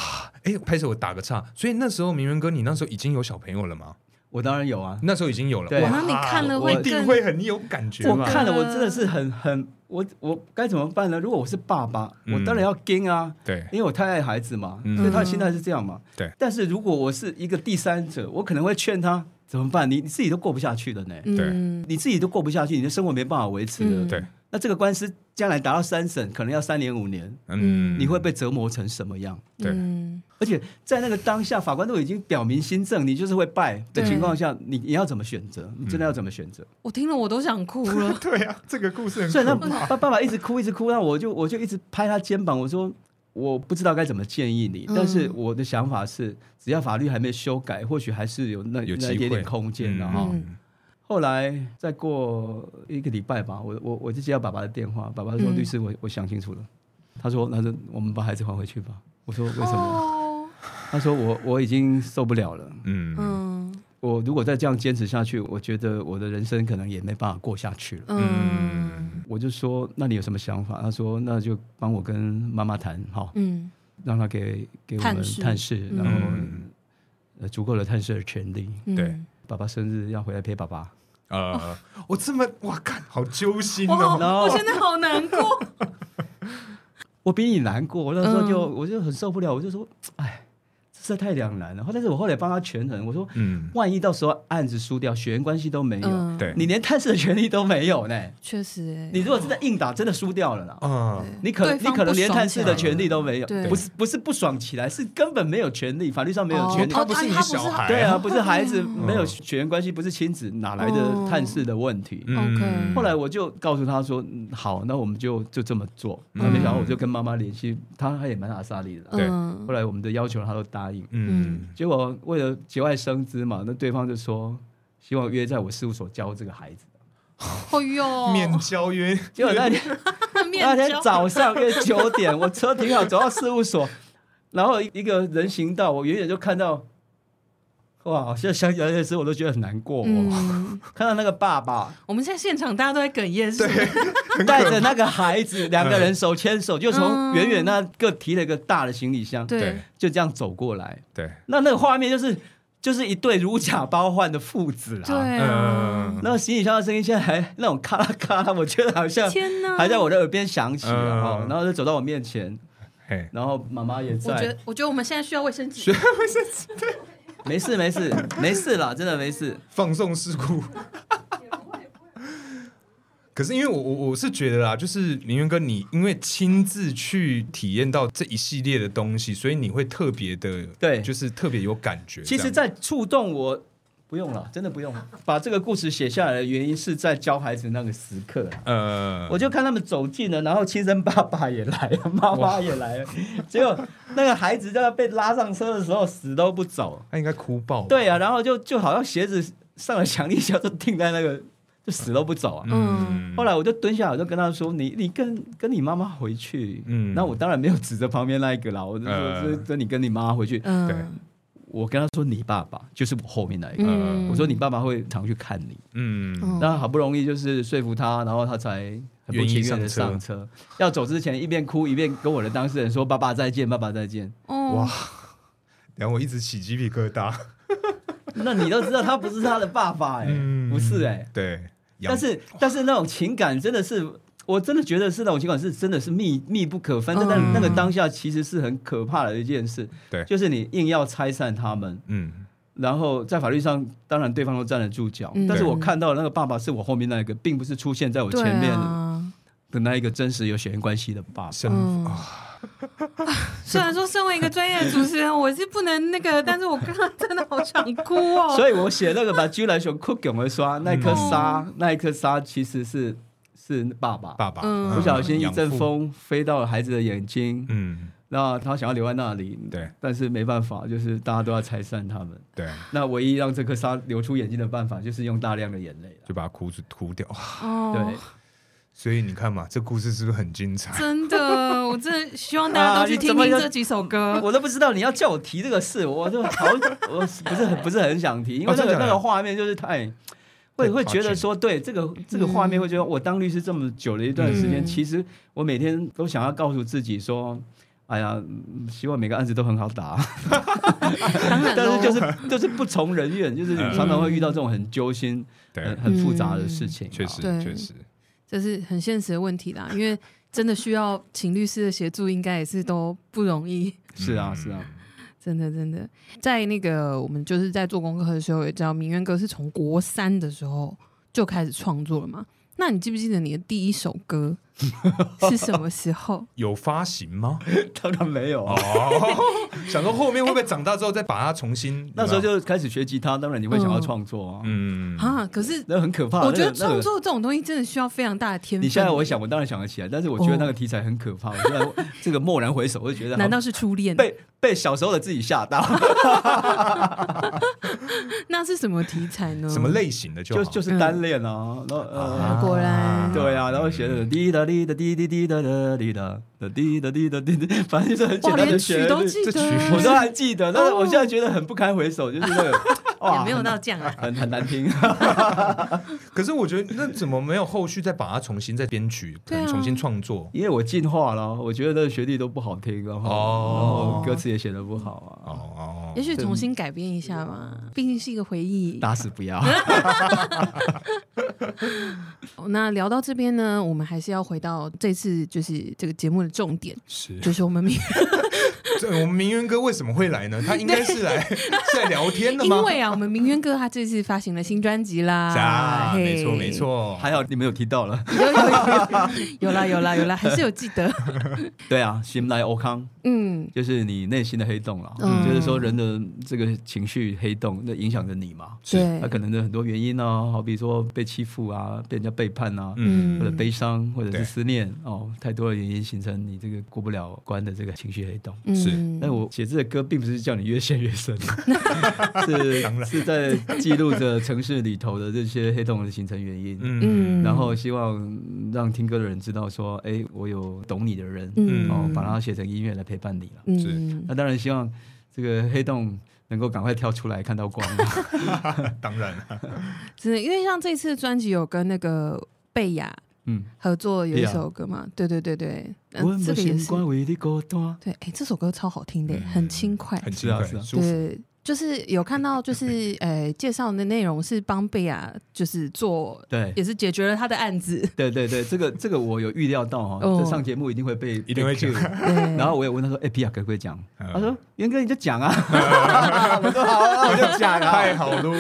Speaker 1: 哎，拍手我打个岔，所以那时候明仁哥，你那时候已经有小朋友了吗？
Speaker 3: 我当然有啊，
Speaker 1: 那时候已经有了，
Speaker 3: 对
Speaker 1: 哇
Speaker 2: 那你看了
Speaker 1: 我
Speaker 2: 会
Speaker 1: 一定
Speaker 2: 更
Speaker 1: 会很有感觉
Speaker 3: 我
Speaker 1: 吧？
Speaker 3: 看了我真的是很很我我该怎么办呢？如果我是爸爸，
Speaker 1: 嗯
Speaker 3: 我当然要跟啊。
Speaker 1: 对，
Speaker 3: 因为我太爱孩子嘛，
Speaker 1: 嗯
Speaker 3: 所以他的心态是这样嘛。
Speaker 1: 对
Speaker 3: 但是如果我是一个第三者，我可能会劝他怎么办？你你自己都过不下去了呢，
Speaker 2: 嗯，
Speaker 3: 你自己都过不下去，你的生活没办法维持了。
Speaker 2: 嗯
Speaker 1: 对，
Speaker 3: 那这个官司将来达到三审，可能要三年五年，
Speaker 1: 嗯，
Speaker 3: 你会被折磨成什么样？
Speaker 1: 对。
Speaker 2: 嗯
Speaker 3: 而且在那个当下，法官都已经表明新政，你就是会败的
Speaker 2: 对
Speaker 3: 情况下，你你要怎么选择？你真的要怎么选择？
Speaker 2: 我听了我都想哭了
Speaker 1: <laughs> 对啊，这个故事
Speaker 3: <laughs> 所以
Speaker 1: 很
Speaker 3: 他
Speaker 1: 可
Speaker 3: 爸爸爸一直哭，一直哭，那我就我就一直拍他肩膀，我说我不知道该怎么建议你，
Speaker 2: 嗯
Speaker 3: 但是我的想法是，只要法律还没修改，或许还是有那
Speaker 1: 有
Speaker 3: 那
Speaker 1: 机
Speaker 3: 一点
Speaker 1: 会
Speaker 3: 点空间的
Speaker 1: 嗯
Speaker 3: 哈。
Speaker 2: 嗯
Speaker 3: 后来再过一个礼拜吧，我我我就接到爸爸的电话，爸爸说：“
Speaker 2: 嗯
Speaker 3: 律师，我我想清楚了。”他说：“他说我们把孩子还回去吧。”我 <laughs> 说：“为什么
Speaker 2: 哦，？”
Speaker 3: 他说：“我我已经受不了了。”
Speaker 1: 嗯嗯
Speaker 2: 嗯
Speaker 3: 我如果再这样坚持下去，我觉得我的人生可能也没办法过下去了。
Speaker 2: 嗯
Speaker 3: 我就说，那你有什么想法？他说，那就帮我跟妈妈谈，哈、
Speaker 2: 嗯
Speaker 3: 让她给给我
Speaker 2: 探
Speaker 3: 们
Speaker 2: 视
Speaker 3: 探视，
Speaker 2: 嗯
Speaker 3: 然后、
Speaker 1: 嗯
Speaker 3: 呃足够的探视的权利。
Speaker 2: 嗯，
Speaker 1: 对
Speaker 3: 爸爸生日要回来陪爸爸，
Speaker 1: 呃，我这么哇，看好揪心
Speaker 2: 我好，
Speaker 1: 哦，
Speaker 3: No
Speaker 2: 我现在好难过。
Speaker 3: 我比你难过。我那时候就、
Speaker 2: 嗯
Speaker 3: 我就很受不了，我就说，哎，实在太两难了。后但是我后来帮他权衡，我说，
Speaker 1: 嗯，
Speaker 3: 万一到时候案子输掉，血缘关系都没 <laughs> 有，
Speaker 2: 嗯，
Speaker 1: 对，
Speaker 3: 你连探视的权利都没有呢。
Speaker 2: 确实欸，
Speaker 3: 你如果真的硬打，真的输掉了啦。
Speaker 1: 啊，
Speaker 2: 对
Speaker 3: 你可
Speaker 2: 对
Speaker 3: 能你
Speaker 2: 方
Speaker 3: 可
Speaker 2: 不
Speaker 3: 能连
Speaker 2: 爽
Speaker 3: 探
Speaker 2: 起
Speaker 3: 视
Speaker 2: 来
Speaker 3: 的权利都没有，
Speaker 2: 对
Speaker 3: 不是不是不爽起来，是根本没有权利，法律上没有权利。
Speaker 2: 哦
Speaker 1: 他不是你小孩，
Speaker 3: 对啊，不是孩子没有血缘关系，不是亲子，哪来
Speaker 2: 哦
Speaker 3: 的探视的问题？
Speaker 1: 嗯
Speaker 2: OK
Speaker 3: 后来我就告诉他说，嗯好，那我们就就这么做。
Speaker 1: 嗯
Speaker 3: 那没想到我就跟妈妈联系，她她也蛮阿萨利的啦。
Speaker 1: 对
Speaker 2: 嗯
Speaker 3: 后来我们的要求她都答应，
Speaker 1: 嗯
Speaker 3: 结果为了节外生枝嘛，那对方就说希望约在我事务所教这个孩子。
Speaker 2: 哦哟，
Speaker 3: <laughs>
Speaker 1: 面交 <laughs> 约，
Speaker 3: 结果那天。
Speaker 2: <laughs> 面
Speaker 3: 那天
Speaker 2: 交
Speaker 3: 早上
Speaker 2: <laughs>
Speaker 3: 约九点，我车停好，走到事务所，然后一个人行道，我远远就看到，哇！现在想起来那时候我都觉得很难过、哦。
Speaker 2: 嗯，
Speaker 3: 看到那个爸爸
Speaker 2: 我们现在现场大家都在哽咽，是吗
Speaker 3: 带着那个孩子，两个人手牵手，就从
Speaker 2: 嗯
Speaker 3: 远远那个提了一个大的行李箱，
Speaker 1: 对
Speaker 2: 对，
Speaker 3: 就这样走过来。
Speaker 1: 对，
Speaker 3: 那那个画面就是就是一对如假包换的父子啦。
Speaker 2: 对啊，
Speaker 1: 嗯
Speaker 3: 那个行李箱的声音现在还那种咔啦咔啦，我觉得好像
Speaker 2: 天啊哪，
Speaker 3: 啊还在我的耳边响起
Speaker 1: 嗯
Speaker 3: 啊、哦然后就走到我面前，
Speaker 1: 嘿，
Speaker 3: 然后妈妈也在。
Speaker 2: 我觉得，我觉得我们现在需要卫生纸。
Speaker 3: 没事没事没事啦，真的没事。
Speaker 1: 放送事故。可是因为我我我是觉得啦，就是明源哥你因为亲自去体验到这一系列的东西，所以你会特别的，
Speaker 3: 对
Speaker 1: 就是特别有感觉。
Speaker 3: 其实，
Speaker 1: 这样
Speaker 3: 在触动我，不用了，真的不用。把这个故事写下来的原因是在教孩子那个时刻啊。
Speaker 1: 呃，
Speaker 3: 我就看他们走近了，然后亲生爸爸也来了，妈妈也来了，结果那个孩子在被拉上车的时候死都不走。
Speaker 1: 他应该哭爆。
Speaker 3: 对，啊，然后就就好像鞋子上了强力胶，就定在那个，就死都不走啊。
Speaker 1: 嗯，
Speaker 3: 后来我就蹲下，我就跟他说：“你你跟跟你妈妈回去。”
Speaker 1: 嗯
Speaker 3: 嗯，那我当然没有指着旁边那一个啦，我就说：“
Speaker 1: 呃
Speaker 3: 这这你跟你妈回去。”
Speaker 2: 嗯
Speaker 3: 我跟他说你爸爸就是我后面那一个，
Speaker 1: 嗯
Speaker 2: 嗯，
Speaker 3: 呃我说你爸爸会常去看你，
Speaker 1: 嗯
Speaker 2: 嗯
Speaker 3: 那好不容易就是说服他，然后他才很不情愿的上车。要走之前一边哭一边跟我的当事人说爸爸再见，爸爸再见。
Speaker 2: <laughs> 哦
Speaker 1: 哇，然后我一直起鸡皮疙瘩。
Speaker 3: 那你都知道他不是他的爸爸哎、
Speaker 1: 嗯，
Speaker 3: 不是哎、
Speaker 1: 对，
Speaker 3: 但是但是那种情感真的是。我真的觉得是那种情感是真的是密密不可分，但但
Speaker 2: 嗯
Speaker 3: 那个当下其实是很可怕的一件事，
Speaker 1: 对
Speaker 3: 就是你硬要拆散他们，
Speaker 1: 嗯
Speaker 3: 然后在法律上，当然对方都站得住脚，
Speaker 2: 嗯
Speaker 3: 但是
Speaker 1: 对
Speaker 3: 我看到的那个爸爸是我后面那一个，并不是出现在我前面
Speaker 2: 哦对啊
Speaker 3: 的那一个真实有血缘关系的爸爸。
Speaker 1: 身
Speaker 2: 嗯，
Speaker 3: 啊
Speaker 2: <laughs> 虽然说身为一个专业的主持人，我是不能那
Speaker 3: <laughs>
Speaker 2: 个，但是我刚刚真的好想哭哦。
Speaker 3: 所以我写那个把居然熊哭给我们
Speaker 1: <laughs>
Speaker 3: 刷那颗沙，
Speaker 2: 嗯
Speaker 3: 那一颗沙其实是是爸爸。
Speaker 1: 爸爸
Speaker 2: 嗯
Speaker 3: 不小心一阵，
Speaker 1: 养父
Speaker 3: 风飞到了孩子的眼睛，
Speaker 1: 嗯，
Speaker 3: 那他想要留在那里，
Speaker 1: 对，
Speaker 3: 但是没办法，就是大家都要拆散他们。
Speaker 1: 对，
Speaker 3: 那唯一让这颗沙流出眼睛的办法，就是用大量的眼泪了。
Speaker 1: 就把他哭哭掉。
Speaker 2: 哦
Speaker 3: 对，，
Speaker 1: 所以你看嘛，这故事是不是很精彩？
Speaker 2: 真
Speaker 3: <laughs>
Speaker 2: 的，我真的希望大家都去听
Speaker 3: 啊你
Speaker 2: 听
Speaker 3: 怎么
Speaker 2: 这几首歌。
Speaker 3: 我都不知道你要叫我提这个事，我就好，我不是很不是很想提，因
Speaker 1: 哦
Speaker 3: 为那
Speaker 1: 真的
Speaker 3: 个、
Speaker 1: 假的
Speaker 3: 那个画面就是太。
Speaker 1: 太
Speaker 3: 会
Speaker 1: 夸
Speaker 3: 会觉得
Speaker 1: 张
Speaker 3: 说，对这个这个画面，
Speaker 2: 嗯
Speaker 3: 会觉得我当律师这么久的一段时间，
Speaker 2: 嗯
Speaker 3: 其实我每天都想要告诉自己说，哎呀，嗯希望每个案子都很好打，
Speaker 2: 当然
Speaker 3: 但
Speaker 2: 喽，
Speaker 3: 是就是就是不从人愿，就是你常常会遇到这种很揪心、
Speaker 1: <laughs> 对
Speaker 3: 很，很复杂
Speaker 2: 嗯
Speaker 3: 的事情啊。
Speaker 1: 嗯确实
Speaker 2: 对
Speaker 1: 确实，
Speaker 2: 这是很现实的问题啦，因为真的需要请律师的协助，应该也是都不容易。
Speaker 3: 是
Speaker 1: 嗯
Speaker 3: 啊是啊，
Speaker 2: 真的，真的，在那个我们就是在做功课的时候，也知道明渊哥是从国三的时候就开始创作了嘛。那你记不记得你的第一首歌是什么
Speaker 3: <laughs>
Speaker 2: 时
Speaker 3: 嗯
Speaker 2: 候？
Speaker 1: 有发行吗？ <laughs>
Speaker 3: 当然没有啊。
Speaker 1: 哦，想说后面会不会长大之后再把它重新？
Speaker 3: 那时候
Speaker 1: 有没有
Speaker 3: 就开始学吉他，当然你会想要创作啊，
Speaker 1: 嗯，
Speaker 2: 啊，可是
Speaker 3: 那很可怕。
Speaker 2: 我觉得
Speaker 3: 那个那个
Speaker 2: 创作这种东西真的需要非常大的天分。欸
Speaker 3: 你现在我想，我当然想得起来，但是我觉得那个题材很可怕。我突然这个蓦然回首，我就觉得好
Speaker 2: 哦难道是初恋？
Speaker 3: 被被小时候的自己吓到？
Speaker 2: 那是什么题材呢？
Speaker 1: 嗯什么？类型的就
Speaker 3: 就
Speaker 1: 好
Speaker 3: 就是
Speaker 2: 嗯
Speaker 3: 单恋啊，然后呃，
Speaker 1: 啊
Speaker 2: 果然
Speaker 3: 对啊，然后学的滴答滴答滴滴滴答答滴答的滴答滴答滴答，反正就是很简
Speaker 2: 哇，
Speaker 3: 单
Speaker 2: 连
Speaker 3: 的
Speaker 2: 曲
Speaker 3: 旋
Speaker 2: 都
Speaker 3: 律，
Speaker 2: 记
Speaker 1: 这
Speaker 2: 得，欸
Speaker 1: 曲
Speaker 3: 我都还记得。但是我现在觉得很不堪回首，就是那个哇，
Speaker 2: <laughs> 也没有到这
Speaker 3: <laughs>
Speaker 2: 样啊。
Speaker 3: 很很难听。
Speaker 1: 可是我觉得那怎么没有后续再把它重新再编曲，可
Speaker 2: 对啊
Speaker 1: 能重新创作？
Speaker 3: 因为我进化了，我觉得那个旋律都不好听，啊然后
Speaker 1: 哦
Speaker 3: 然后歌词也写的不好啊，
Speaker 1: 哦
Speaker 2: 也许重新改编一下嘛，毕竟是一个回忆。
Speaker 3: 打死
Speaker 2: <laughs>
Speaker 3: 不要。
Speaker 2: 那聊到这边呢，我们还是要回到这次就是这个节目的重点，
Speaker 1: 是 <laughs>
Speaker 2: 就是我们明
Speaker 1: 这我们明渊哥为什么会来呢？他应该是来 <laughs> 是来聊天的吗？
Speaker 2: 因为啊，我们明渊哥他这次发行了新专辑啦，
Speaker 1: 是 <laughs> 啊，
Speaker 2: 嘿
Speaker 1: 没错没，错，
Speaker 3: 还好你们有提到了， <laughs>
Speaker 2: 有有 <laughs> 有有啦有啦有啦，还是有记得，
Speaker 3: 对啊，心来欧康
Speaker 2: <laughs> 嗯，
Speaker 3: 就是你内心的黑洞了，
Speaker 2: 嗯
Speaker 3: 就是说人的这个情绪黑洞，那影响着你嘛。
Speaker 2: 对
Speaker 3: 那，可能有很多原因啊，好比说被欺负啊，被人家背叛啊，
Speaker 1: 嗯
Speaker 3: 或者悲伤，或者
Speaker 1: 对
Speaker 3: 是思念哦，太多的原因形成你这个过不了关的这个情绪黑洞。
Speaker 2: 嗯
Speaker 1: 是
Speaker 3: 但我写这个歌并不是叫你越陷越深，啊
Speaker 2: <laughs>
Speaker 1: 当
Speaker 3: 是
Speaker 1: 然
Speaker 3: 是在记录着城市里头的这些黑洞的形成原因，
Speaker 1: 嗯
Speaker 2: 嗯，
Speaker 3: 然后希望让听歌的人知道说，哎，我有懂你的人，
Speaker 2: 嗯
Speaker 3: 哦，把它写成音乐来陪伴你了。
Speaker 2: 嗯，
Speaker 3: 那当然希望这个黑洞能够赶快跳出来看到光。啊
Speaker 1: 当然了
Speaker 2: 真的，因为像这次专辑有跟那个贝雅 <laughs>
Speaker 3: 嗯，
Speaker 2: 合作有一首歌嘛，对对对对，嗯
Speaker 3: 我
Speaker 2: 这
Speaker 3: 不
Speaker 2: 个也
Speaker 3: 习
Speaker 2: 是
Speaker 3: 惯为你孤单。
Speaker 2: 对，哎，这首歌超好听的，
Speaker 1: 嗯
Speaker 2: 很轻快，
Speaker 1: 很轻快
Speaker 3: 是啊是啊
Speaker 1: 很舒服，
Speaker 2: 对，就是有看
Speaker 1: <laughs>
Speaker 2: 到，就是呃，介绍的内容是帮贝亚，就是做，
Speaker 3: 对
Speaker 2: 也是解决了他的案
Speaker 1: <laughs>
Speaker 2: 子。
Speaker 3: 对对对，这个这个我有预料到哈、
Speaker 2: 哦
Speaker 3: 这上节目一定会被
Speaker 1: 一定会
Speaker 3: 被 cue
Speaker 1: 讲
Speaker 2: 对，
Speaker 3: 然后我也问他说：“哎、皮亚可不可以讲？”
Speaker 1: 嗯
Speaker 3: 他说：“ <laughs> 元哥你就讲啊。”我说：“好啊，我就讲啊。
Speaker 1: 太好喽，”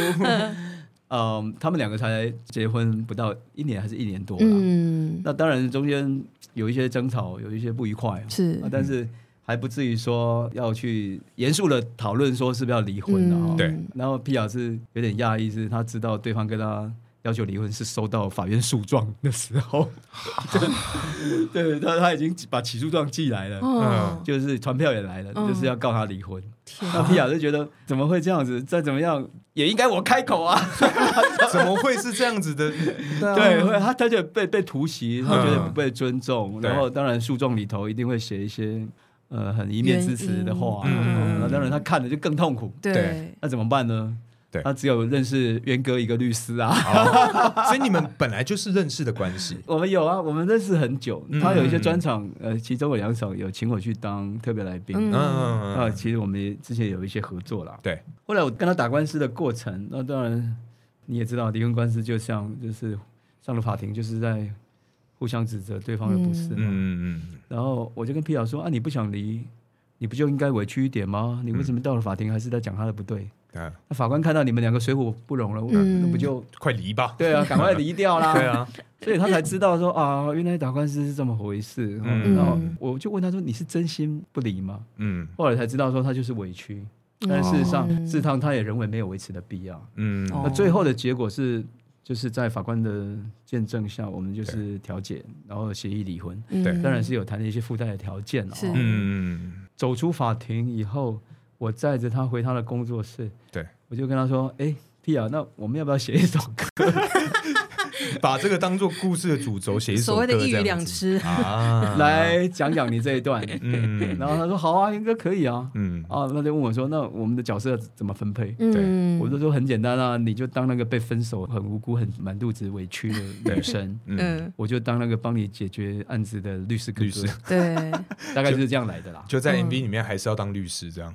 Speaker 3: 嗯，他们两个才结婚不到一年还是一年多了。
Speaker 2: 嗯，
Speaker 3: 那当然中间有一些争吵，有一些不愉快、啊，
Speaker 2: 是
Speaker 3: 啊但是还不至于说要去严肃的讨论说是不是要离婚的、哦
Speaker 2: 嗯
Speaker 1: 对
Speaker 3: 然后皮亚是有点讶异，是他知道对方跟他要求离婚是收到法院诉状的时候， <laughs> 对，他他已经把起诉状寄来了。
Speaker 2: 哦，
Speaker 3: 就是传票也来了，
Speaker 2: 嗯
Speaker 3: 就是要告他离婚。
Speaker 2: 天
Speaker 3: 那皮亚就觉得怎么会这样子？再怎么样也应该我开口啊！
Speaker 1: 怎么会是这样子的？
Speaker 3: 对，会他他觉得被被突袭，他觉得
Speaker 1: 嗯
Speaker 3: 不被尊重。
Speaker 1: 对
Speaker 3: 然后当然诉状里头一定会写一些呃很一面之词的话啊。
Speaker 1: 原因
Speaker 3: 嗯
Speaker 1: 嗯
Speaker 3: 那当然他看了就更痛苦。
Speaker 2: 对
Speaker 1: 对，
Speaker 3: 那怎么办呢？
Speaker 1: 对
Speaker 3: 他只有认识渊哥一个律师啊。
Speaker 1: 好所以你们本来就是认识的关系，
Speaker 3: 我们有啊，我们认识很久。
Speaker 1: 嗯
Speaker 3: 他有一些专场，呃，其中有两场有请我去当特别来宾。
Speaker 2: 嗯
Speaker 3: 啊，
Speaker 1: 嗯，
Speaker 3: 其实我们也之前有一些合作啦。
Speaker 1: 对，
Speaker 3: 后来我跟他打官司的过程，那当然你也知道，离婚官司就像就是上了法庭，就是在互相指责对方的不是嘛。
Speaker 1: 嗯嗯
Speaker 3: 然后我就跟皮老说啊，你不想离，你不就应该委屈一点吗？你为什么到了法庭还是在讲他的不对？
Speaker 1: 嗯，啊
Speaker 3: 那法官看到你们两个水火不容了，我
Speaker 2: 嗯
Speaker 3: 那不就
Speaker 1: 快离吧，
Speaker 3: 对啊，赶快离掉啦。
Speaker 1: 对啊，
Speaker 3: 所以他才知道说啊，原来打官司是这么回事。哦
Speaker 1: 嗯
Speaker 3: 然后我就问他说，你是真心不离吗？
Speaker 1: 嗯
Speaker 3: 后来才知道说他就是委屈，但事实上，
Speaker 2: 嗯
Speaker 3: 事实上他也认为没有维持的必要。
Speaker 1: 嗯，
Speaker 2: 哦
Speaker 3: 那最后的结果是，就是在法官的见证下，我们就是调解，然后协议离婚。
Speaker 2: 嗯
Speaker 1: 对
Speaker 3: 当然是有谈了一些附带的条件了、
Speaker 2: 是
Speaker 3: 哦。
Speaker 1: 嗯，
Speaker 3: 走出法庭以后，我载着他回他的工作室，
Speaker 1: 对，
Speaker 3: 我就跟他说：“哎，屁啊，那我们要不要写一首歌？
Speaker 1: 把这个当做故事的主轴写一首
Speaker 2: 所谓的
Speaker 1: 歌这
Speaker 2: 一鱼
Speaker 1: 样
Speaker 2: 两
Speaker 1: 子
Speaker 2: 吃，
Speaker 1: 啊，，
Speaker 3: <laughs> 来讲讲你这一
Speaker 1: <laughs>
Speaker 3: 段？” <laughs>
Speaker 2: <laughs>
Speaker 1: 嗯
Speaker 3: 然后他说：“好啊，应该可以啊。”
Speaker 1: 嗯
Speaker 2: 哦
Speaker 3: 啊，那就问我说：“那我们的角色怎么分配？”
Speaker 2: 嗯，
Speaker 3: 我就说很简单啊，你就当那个被分手很无辜、很满肚子委屈的女生，
Speaker 1: 嗯，
Speaker 2: 嗯，
Speaker 3: 我就当那个帮你解决案子的律师哥哥，
Speaker 1: 律师
Speaker 3: <laughs>
Speaker 2: 对，哦
Speaker 3: 大概就是这样来的啦。
Speaker 1: <laughs> 就在
Speaker 2: 嗯
Speaker 1: MV 里面还是要当律师这样，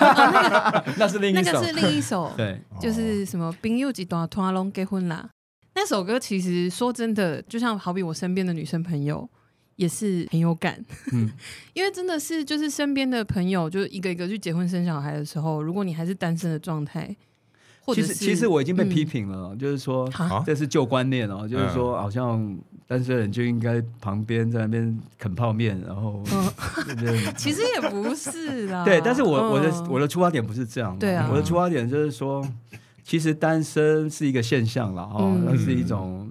Speaker 2: 那个
Speaker 3: 那是另
Speaker 2: 那
Speaker 3: 一首
Speaker 2: 个，是另一首，
Speaker 3: <laughs> 对，
Speaker 1: 哦
Speaker 2: 就是什么“冰又几段拖龙啊结婚啦”那首歌，其实说真的，就像好比我身边的女生朋友也是很有感，
Speaker 3: 嗯
Speaker 2: <laughs> 因为真的是就是身边的朋友，就是一个一个去结婚生小孩的时候，如果你还是单身的状态，或
Speaker 3: 其
Speaker 2: 者
Speaker 3: 实
Speaker 2: 是
Speaker 3: 其实我已经被批
Speaker 2: 嗯
Speaker 3: 评了，哦就是说
Speaker 1: 啊嗯
Speaker 3: 这是旧观念哦，就是说好像单身人就应该旁边在那边啃泡面，然后
Speaker 2: 嗯
Speaker 3: 对不对
Speaker 2: <laughs> 其实也不是啦。
Speaker 3: 对，但是我我的
Speaker 2: 哦嗯
Speaker 3: 我的出发点不是这样，
Speaker 2: 对啊
Speaker 3: 我的出发点就是说，其实单身是一个现象了哦，
Speaker 2: 嗯
Speaker 3: 那是一种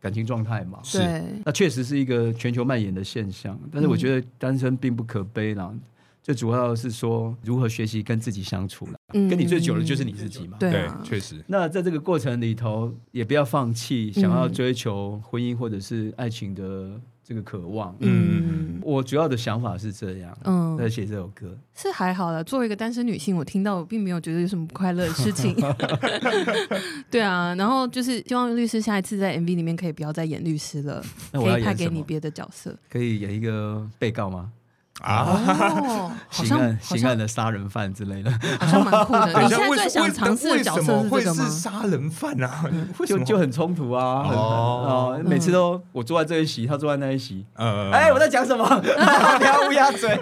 Speaker 3: 感情状态嘛，
Speaker 1: 是
Speaker 2: 对，
Speaker 3: 那确实是一个全球蔓延的现象，但
Speaker 2: 嗯
Speaker 3: 是我觉得单身并不可悲啦。最主要是说如何学习跟自己相处了，
Speaker 2: 嗯
Speaker 3: 跟你最久的就是你自己嘛。
Speaker 2: 对啊
Speaker 1: 确实，
Speaker 3: 那在这个过程里头，也不要放弃
Speaker 2: 嗯
Speaker 3: 想要追求婚姻或者是爱情的这个渴望。
Speaker 1: 嗯
Speaker 2: 嗯
Speaker 3: 我主要的想法是这样，在
Speaker 2: 嗯，
Speaker 3: 写这首歌。
Speaker 2: 是还好了。作为一个单身女性，我听到我并没有觉得有什么不快乐的事
Speaker 3: <laughs>
Speaker 2: 情。对啊，然后就是希望律师下一次在 MV 里面可以不要再演律师了，
Speaker 3: <laughs> 那我要
Speaker 2: 可以派
Speaker 3: 演
Speaker 2: 给
Speaker 3: 什
Speaker 2: 你
Speaker 3: 么？
Speaker 2: 别的
Speaker 3: <laughs>
Speaker 2: 角色。
Speaker 3: 可以演一个被告吗？
Speaker 1: 啊，
Speaker 2: 哦，好
Speaker 3: 刑
Speaker 2: 像
Speaker 3: 案
Speaker 2: 好
Speaker 3: 刑案
Speaker 2: 像
Speaker 3: 的杀人犯之类的。
Speaker 2: 好像蛮酷
Speaker 3: <laughs>
Speaker 2: 的。
Speaker 1: 等
Speaker 2: 你
Speaker 1: 一
Speaker 2: 现
Speaker 1: 下
Speaker 2: 在
Speaker 1: 为
Speaker 2: 最
Speaker 1: 什为
Speaker 2: 想尝试
Speaker 1: 为
Speaker 2: 的
Speaker 1: 什
Speaker 2: 角
Speaker 1: 么
Speaker 2: 色是
Speaker 1: 会
Speaker 2: 这个吗嗯
Speaker 1: 是？杀人犯啊？为什
Speaker 3: 就
Speaker 1: 么
Speaker 3: 就很冲突啊，很
Speaker 1: 哦
Speaker 3: 哦，每次都我坐在这一席，他坐在那一席。
Speaker 1: 呃，
Speaker 3: 哎，我在讲什么？ <laughs> 不要乌鸦
Speaker 2: <laughs>
Speaker 3: 嘴。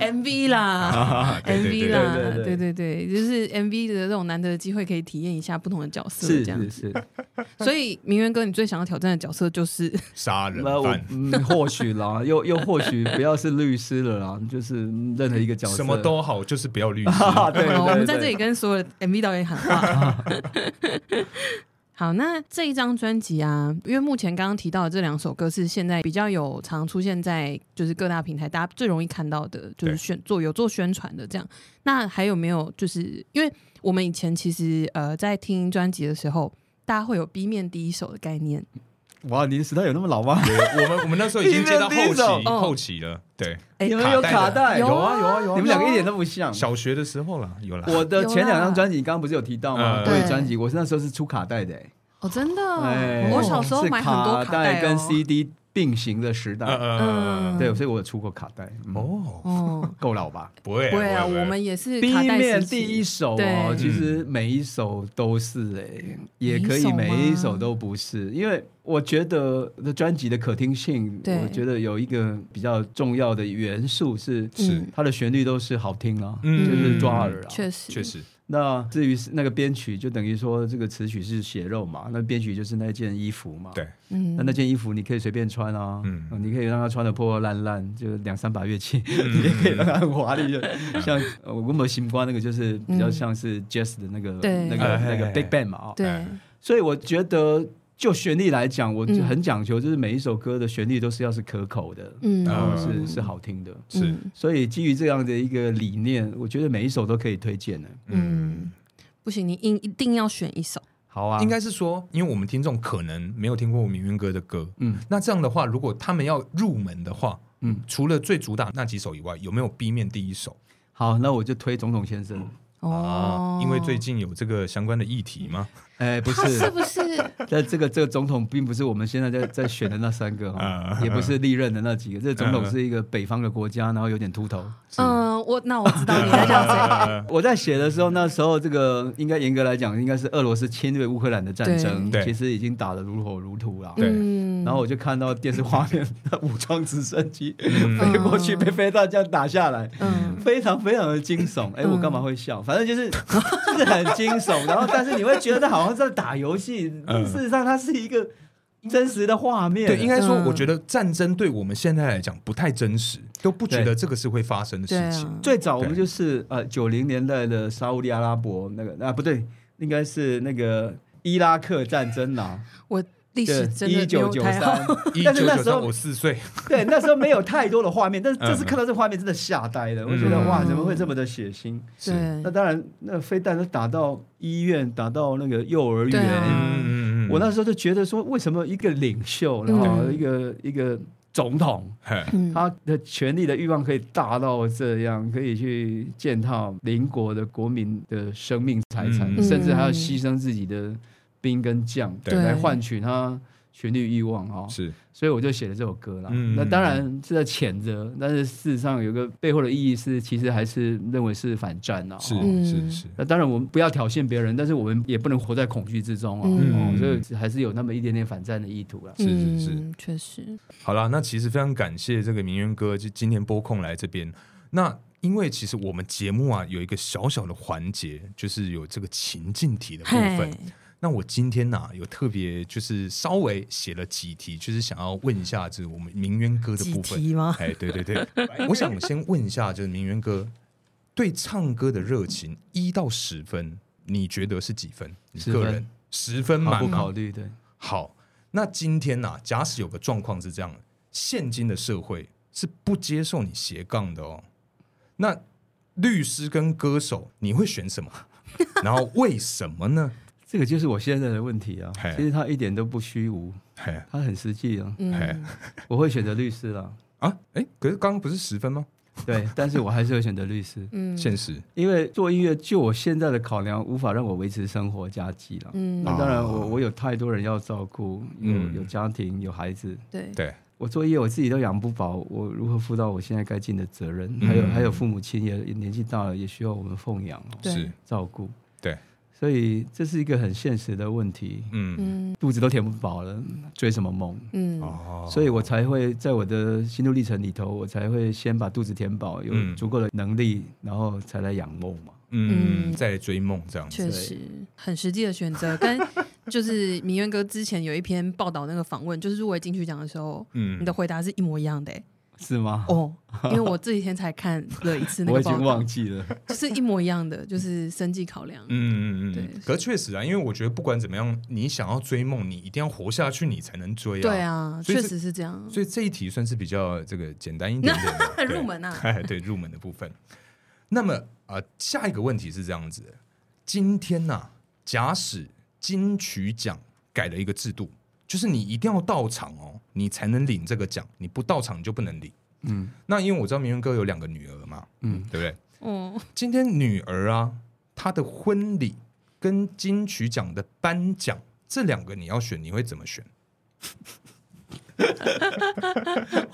Speaker 2: MV 啦。
Speaker 1: 啊 <laughs> 对对
Speaker 2: MV
Speaker 1: 对
Speaker 2: 啦，
Speaker 3: 对对
Speaker 2: 对对对，就是 MV 的这种难得的机会，可以体验一下不同的角色，
Speaker 3: 是
Speaker 2: 这
Speaker 3: 是
Speaker 2: 样。
Speaker 3: 是，
Speaker 2: <laughs> 所以明源哥，你最想要挑战的角色就是
Speaker 1: 杀人
Speaker 3: 那我
Speaker 1: 犯，
Speaker 3: 嗯，或许啦，又又或许不要是律师了啦，就是任何一个角色，
Speaker 1: 什么都好，就是不要律师。
Speaker 3: 啊， <laughs> 对，对
Speaker 2: <laughs> 好，哦我们在这
Speaker 3: 对
Speaker 2: 里跟所有的 MV 导演喊话。 <laughs> 好，那这一张专辑啊，因为目前刚刚提到的这两首歌是现在比较有常出现在就是各大平台，大家最容易看到的，就是
Speaker 1: 对
Speaker 2: 宣做有做宣传的这样。那还有没有就是因为我们以前其实呃在听专辑的时候，大家会有 B 面第一首的概念，
Speaker 3: 哇，你的时代有那么老吗？
Speaker 1: 我们我们那时候已
Speaker 2: <laughs>
Speaker 1: 经接到后
Speaker 3: 一面第一首
Speaker 1: 期
Speaker 2: 哦
Speaker 1: 后期了，对，
Speaker 2: 哎
Speaker 3: 你们有卡
Speaker 1: 卡
Speaker 3: 带？
Speaker 1: 带
Speaker 2: 有啊
Speaker 3: 有啊有啊，你们两个一点都不像。
Speaker 1: 小学的时候啦，有啦。
Speaker 3: 我的前两
Speaker 2: 有
Speaker 3: 张
Speaker 2: 啦
Speaker 3: 专辑，你刚刚不是有提到吗？
Speaker 1: 嗯
Speaker 3: 对，
Speaker 2: 对
Speaker 3: 专辑我是那时候是出卡带的，哎
Speaker 2: 哦，真的，
Speaker 3: 哎
Speaker 2: 我小时候
Speaker 3: 是
Speaker 2: 买很多
Speaker 3: 卡
Speaker 2: 带、哦、
Speaker 3: 跟 CD 并行的时代
Speaker 1: 呃，呃
Speaker 2: 嗯
Speaker 3: 对，所以我有出过卡带。哦，
Speaker 1: 哦，
Speaker 2: 哦，
Speaker 3: 够老吧？
Speaker 1: 不会
Speaker 2: 不会啊，
Speaker 1: 不
Speaker 2: 我们也是
Speaker 3: 第
Speaker 2: 卡
Speaker 3: 一
Speaker 2: 带
Speaker 3: 面
Speaker 2: 时
Speaker 3: 第
Speaker 2: 期
Speaker 3: 一首哦，
Speaker 2: 对
Speaker 3: 其实每一首都是哎，也可
Speaker 2: 每一
Speaker 3: 以
Speaker 2: 首
Speaker 3: 每
Speaker 2: 吗
Speaker 3: 一首都不是，因为我觉得的专辑的可听性，
Speaker 2: 对
Speaker 3: 我觉得有一个比较重要的元素是
Speaker 1: 是
Speaker 2: 嗯
Speaker 3: 它的旋律都是好听啦，
Speaker 1: 嗯
Speaker 3: 就是抓耳啊。
Speaker 2: 确实，
Speaker 1: 确实
Speaker 3: 那至于是那个编曲，就等于说这个词曲是血肉嘛，那编曲就是那件衣服嘛。
Speaker 1: 对，
Speaker 2: 嗯
Speaker 3: 那那件衣服你可以随便穿啊，
Speaker 1: 嗯
Speaker 3: 嗯，你可以让它穿的破破烂烂，就两三把
Speaker 1: <laughs>
Speaker 3: 乐器， <laughs> 你也可以让它很华丽，就
Speaker 1: 嗯
Speaker 3: 像呃我跟我新瓜那个就是比较像是 jazz 的那个、
Speaker 2: 对
Speaker 3: 那个
Speaker 1: 哎
Speaker 3: 那个
Speaker 1: 哎
Speaker 3: big band 嘛啊，
Speaker 2: 对
Speaker 1: 哎，
Speaker 3: 所以我觉得就旋律来讲，我就
Speaker 2: 嗯
Speaker 3: 很讲求，就是每一首歌的旋律都是要是可口的，
Speaker 2: 嗯，
Speaker 3: 然后
Speaker 1: 嗯
Speaker 3: 是是好听的，
Speaker 1: 是，
Speaker 2: 嗯
Speaker 3: 所以基于这样的一个理念，我觉得每一首都可以推荐的。
Speaker 1: 嗯，
Speaker 2: 不行，你一一定要选一首，
Speaker 3: 好啊，
Speaker 1: 应该是说，因为我们听众可能没有听过明渊哥的歌，
Speaker 3: 嗯
Speaker 1: 那这样的话，如果他们要入门的话，
Speaker 3: 嗯，
Speaker 1: 除了最主打那几首以外，有没有 B 面第一首
Speaker 3: 好，那我就推总统先
Speaker 1: 嗯
Speaker 3: 生。
Speaker 2: 哦
Speaker 1: 啊？，因为最近有这个相关的议题
Speaker 3: <laughs>
Speaker 1: 吗？
Speaker 3: 哎，不
Speaker 2: 哦他是不是
Speaker 1: <laughs>
Speaker 3: 但这个这个总统并不是我们现在在在选的那三个、哦
Speaker 1: <laughs> 啊，
Speaker 3: 也不是历任的
Speaker 1: <laughs>
Speaker 3: 那几个。这个总统是一个北方的国家，然后有点秃头。
Speaker 1: 啊
Speaker 2: 嗯，我那我知道你在讲谁，
Speaker 3: 我在写的时候，那时候这个应该严格来讲，应该是俄罗斯侵略乌克兰的战争，
Speaker 1: 对对
Speaker 3: 其实已经打得如火如荼了。
Speaker 1: 对
Speaker 2: 嗯，
Speaker 3: 然后我就看到电视画面，那武装直升机
Speaker 1: 嗯
Speaker 3: 飞过去，被飞弹这样打下来。
Speaker 2: 嗯
Speaker 3: 非常非常的惊悚，哎、我干嘛会笑？反正就是就是很惊悚，然后但是你会觉得好像在打游戏，
Speaker 1: 嗯
Speaker 3: 事实上它是一个真实的画面。
Speaker 1: 对，应该说，
Speaker 2: 嗯
Speaker 1: 我觉得战争对我们现在来讲不太真实，都不觉得这嗯个是会发生的
Speaker 2: 对
Speaker 1: 事
Speaker 2: 啊
Speaker 1: 情。，
Speaker 3: 最早我们就是呃九零年代的沙烏地阿拉伯那个啊不对，应该是那个伊拉克战争啦，
Speaker 2: 我历史真
Speaker 3: 一
Speaker 2: 的没
Speaker 3: 九
Speaker 2: 有
Speaker 3: 九
Speaker 2: 太好，
Speaker 3: 三，
Speaker 1: 一
Speaker 3: 但是
Speaker 1: 九
Speaker 3: 那
Speaker 1: 九
Speaker 3: 时
Speaker 1: 三，
Speaker 3: 候
Speaker 1: 我四岁，
Speaker 3: 对那时候没有太多的画面，但是这次
Speaker 1: 嗯嗯
Speaker 3: 看到这画面真的吓呆了，我觉得
Speaker 1: 嗯
Speaker 3: 哇怎么会这么的血腥？
Speaker 1: 是
Speaker 2: 对
Speaker 3: 那，当然，那飞弹都打到医院，打到那个幼儿
Speaker 2: 对
Speaker 3: 园，
Speaker 2: 啊
Speaker 1: 嗯
Speaker 3: 我那时候就觉得说，为什么一个领袖，然后
Speaker 2: 嗯
Speaker 3: 一个一个总统，
Speaker 1: 嘿
Speaker 2: 嗯
Speaker 3: 他的权力的欲望可以大到这样，可以去践踏邻国的国民的生命财产，
Speaker 1: 嗯
Speaker 3: 甚至还要牺牲自己的兵跟将，
Speaker 1: 对
Speaker 3: 来换取他权力欲望哦。
Speaker 1: 是
Speaker 3: 所以我就写了这首歌啦。
Speaker 1: 嗯
Speaker 3: 那当然是在谴责，但是事实上有个背后的意义是，其实还是认为是反战啊、哦。
Speaker 1: 是
Speaker 2: 嗯
Speaker 1: 是是，
Speaker 3: 那当然，我们不要挑衅别人，但是我们也不能活在恐惧之中啊、
Speaker 2: 嗯
Speaker 3: 哦，所以还是有那么一点点反战的意图啦。
Speaker 1: 是是是
Speaker 2: 嗯确实，
Speaker 1: 好啦，那其实非常感谢这个明渊哥，就今天播控来这边。那因为其实我们节目啊有一个小小的环节，就是有这个情境题的部分
Speaker 2: 嘿。
Speaker 1: 那我今天呢、有特别就是稍微写了几题，就是想要问一下，就是我们名媛哥的
Speaker 2: 几
Speaker 1: 部分。
Speaker 2: 题啊吗？
Speaker 1: 哎，对对对， <laughs> 我想先问一下，就是名媛哥对唱歌的热情，一到十分，你觉得是几分？你
Speaker 3: 十
Speaker 1: 个
Speaker 3: 分
Speaker 1: 人十分
Speaker 3: 毫
Speaker 1: 满
Speaker 3: 不
Speaker 1: 吗
Speaker 3: 考虑对。
Speaker 1: 好，那今天呐、假使有个状况是这样的，现今的社会是不接受你斜杠的哦。那律师跟歌手，你会选
Speaker 2: <laughs>
Speaker 1: 什么？然后为什么呢？
Speaker 3: 这个就是我现在的问题啊
Speaker 1: 嘿，
Speaker 3: 其实他一点都不虚无，
Speaker 1: 嘿，
Speaker 3: 他很实际啊。
Speaker 1: 嘿
Speaker 2: 嗯，
Speaker 3: 我会选择律师啦，
Speaker 1: 啊，哎，可是刚刚不是十分吗？
Speaker 3: 对， <laughs> 但是我还是会选择律师，
Speaker 2: 嗯
Speaker 1: 现实
Speaker 3: 因为做音乐，就我现在的考量，无法让我维持生活家计了。
Speaker 2: 嗯，
Speaker 3: 那当然我，
Speaker 1: 哦
Speaker 3: 我有太多人要照顾，有
Speaker 1: 嗯
Speaker 3: 有家庭，有孩子，
Speaker 2: 对，
Speaker 1: 对，
Speaker 3: 我做业我自己都养不饱，我如何负到我现在该尽的责任？还有
Speaker 1: 嗯
Speaker 3: 还有父母亲也也年纪大了，也需要我们奉养、哦、
Speaker 2: 对
Speaker 1: 是，
Speaker 3: 照顾。
Speaker 1: 对，
Speaker 3: 所以这是一个很现实的问题，
Speaker 1: 嗯，
Speaker 2: 嗯
Speaker 3: 肚子都填不饱了，追什么梦？
Speaker 2: 嗯
Speaker 1: 哦，
Speaker 3: 所以我才会在我的心路历程里头，我才会先把肚子填饱，有
Speaker 1: 嗯
Speaker 3: 足够的能力，然后才来养梦嘛。
Speaker 1: 嗯，
Speaker 2: 嗯
Speaker 1: 在追梦这样子，
Speaker 2: 确实很实际的选择，
Speaker 1: <laughs>
Speaker 2: 跟就是明渊哥之前有一篇报道那个访问，就是入围金曲奖的时候，你
Speaker 1: 嗯
Speaker 2: 的，回答是一模一样的、欸、
Speaker 3: 是吗？
Speaker 2: 哦，因为我这几天才看了一次那
Speaker 3: 我
Speaker 2: 个
Speaker 3: 已
Speaker 2: 报
Speaker 3: 经
Speaker 2: 道
Speaker 3: 忘，记了。
Speaker 2: 就是一模一样的，就是生计考量
Speaker 1: 嗯，嗯嗯嗯
Speaker 2: 对，
Speaker 1: 可是确实啊，因为我觉得不管怎么样，你想要追梦，你一定要活下去，你才能追啊。
Speaker 2: 对啊，
Speaker 1: 所以
Speaker 2: 确
Speaker 1: 是
Speaker 2: 实是这样，
Speaker 1: 所以这一题算是比较这个简单一点
Speaker 2: <laughs>
Speaker 1: 点的
Speaker 2: 入门啊，
Speaker 1: <laughs> 对哎，对入门的部分。那么啊、呃下一个问题是这样子的：今天呐、假使金曲奖改了一个制度，就是你一定要到场哦，你才能领这个奖，你不到场你就不能领。
Speaker 3: 嗯
Speaker 1: 那因为我知道明源哥有两个女儿嘛，
Speaker 3: 嗯，
Speaker 1: 对不对？
Speaker 2: 哦，
Speaker 1: 今天女儿啊，她的婚礼跟金曲奖的颁奖这两个你要选，你会怎么选？
Speaker 3: <laughs>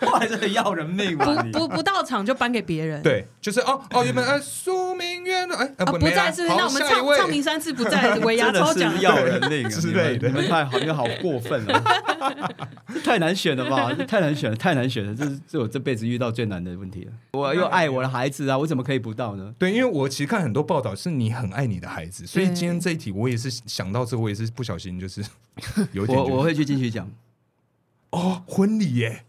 Speaker 3: 哇，这个要人命吧
Speaker 2: 不
Speaker 3: 你！
Speaker 2: 不不到场就颁给别人，
Speaker 1: 对，就是哦哦，原本哎苏明渊的哎呃
Speaker 2: 啊，不
Speaker 1: 没
Speaker 2: 在
Speaker 1: 啊
Speaker 2: 是不是
Speaker 1: 好
Speaker 2: 那我们
Speaker 1: 下一
Speaker 2: 唱
Speaker 1: 位
Speaker 2: 唱名三次
Speaker 1: <laughs>
Speaker 2: 不在，尾牙
Speaker 3: 真的
Speaker 2: 抽
Speaker 3: 是
Speaker 2: 奖
Speaker 3: 要人命啊
Speaker 1: 之类的
Speaker 3: 你们你们太好，你们好过分了，这太难选了吧？这太难选了，太难选了，这是这是我这辈子遇到最难的问题了。我又爱我的孩子啊，我怎么可以不到呢？
Speaker 1: 对，因为我其实看很多报道，是你很爱你的孩子，所以
Speaker 2: 对
Speaker 1: 今天这一题我也是想到这，我也是不小心就是
Speaker 3: <laughs>
Speaker 1: 有一点觉
Speaker 3: 我
Speaker 1: 得
Speaker 3: 我会去金曲奖，
Speaker 1: 哦婚礼耶，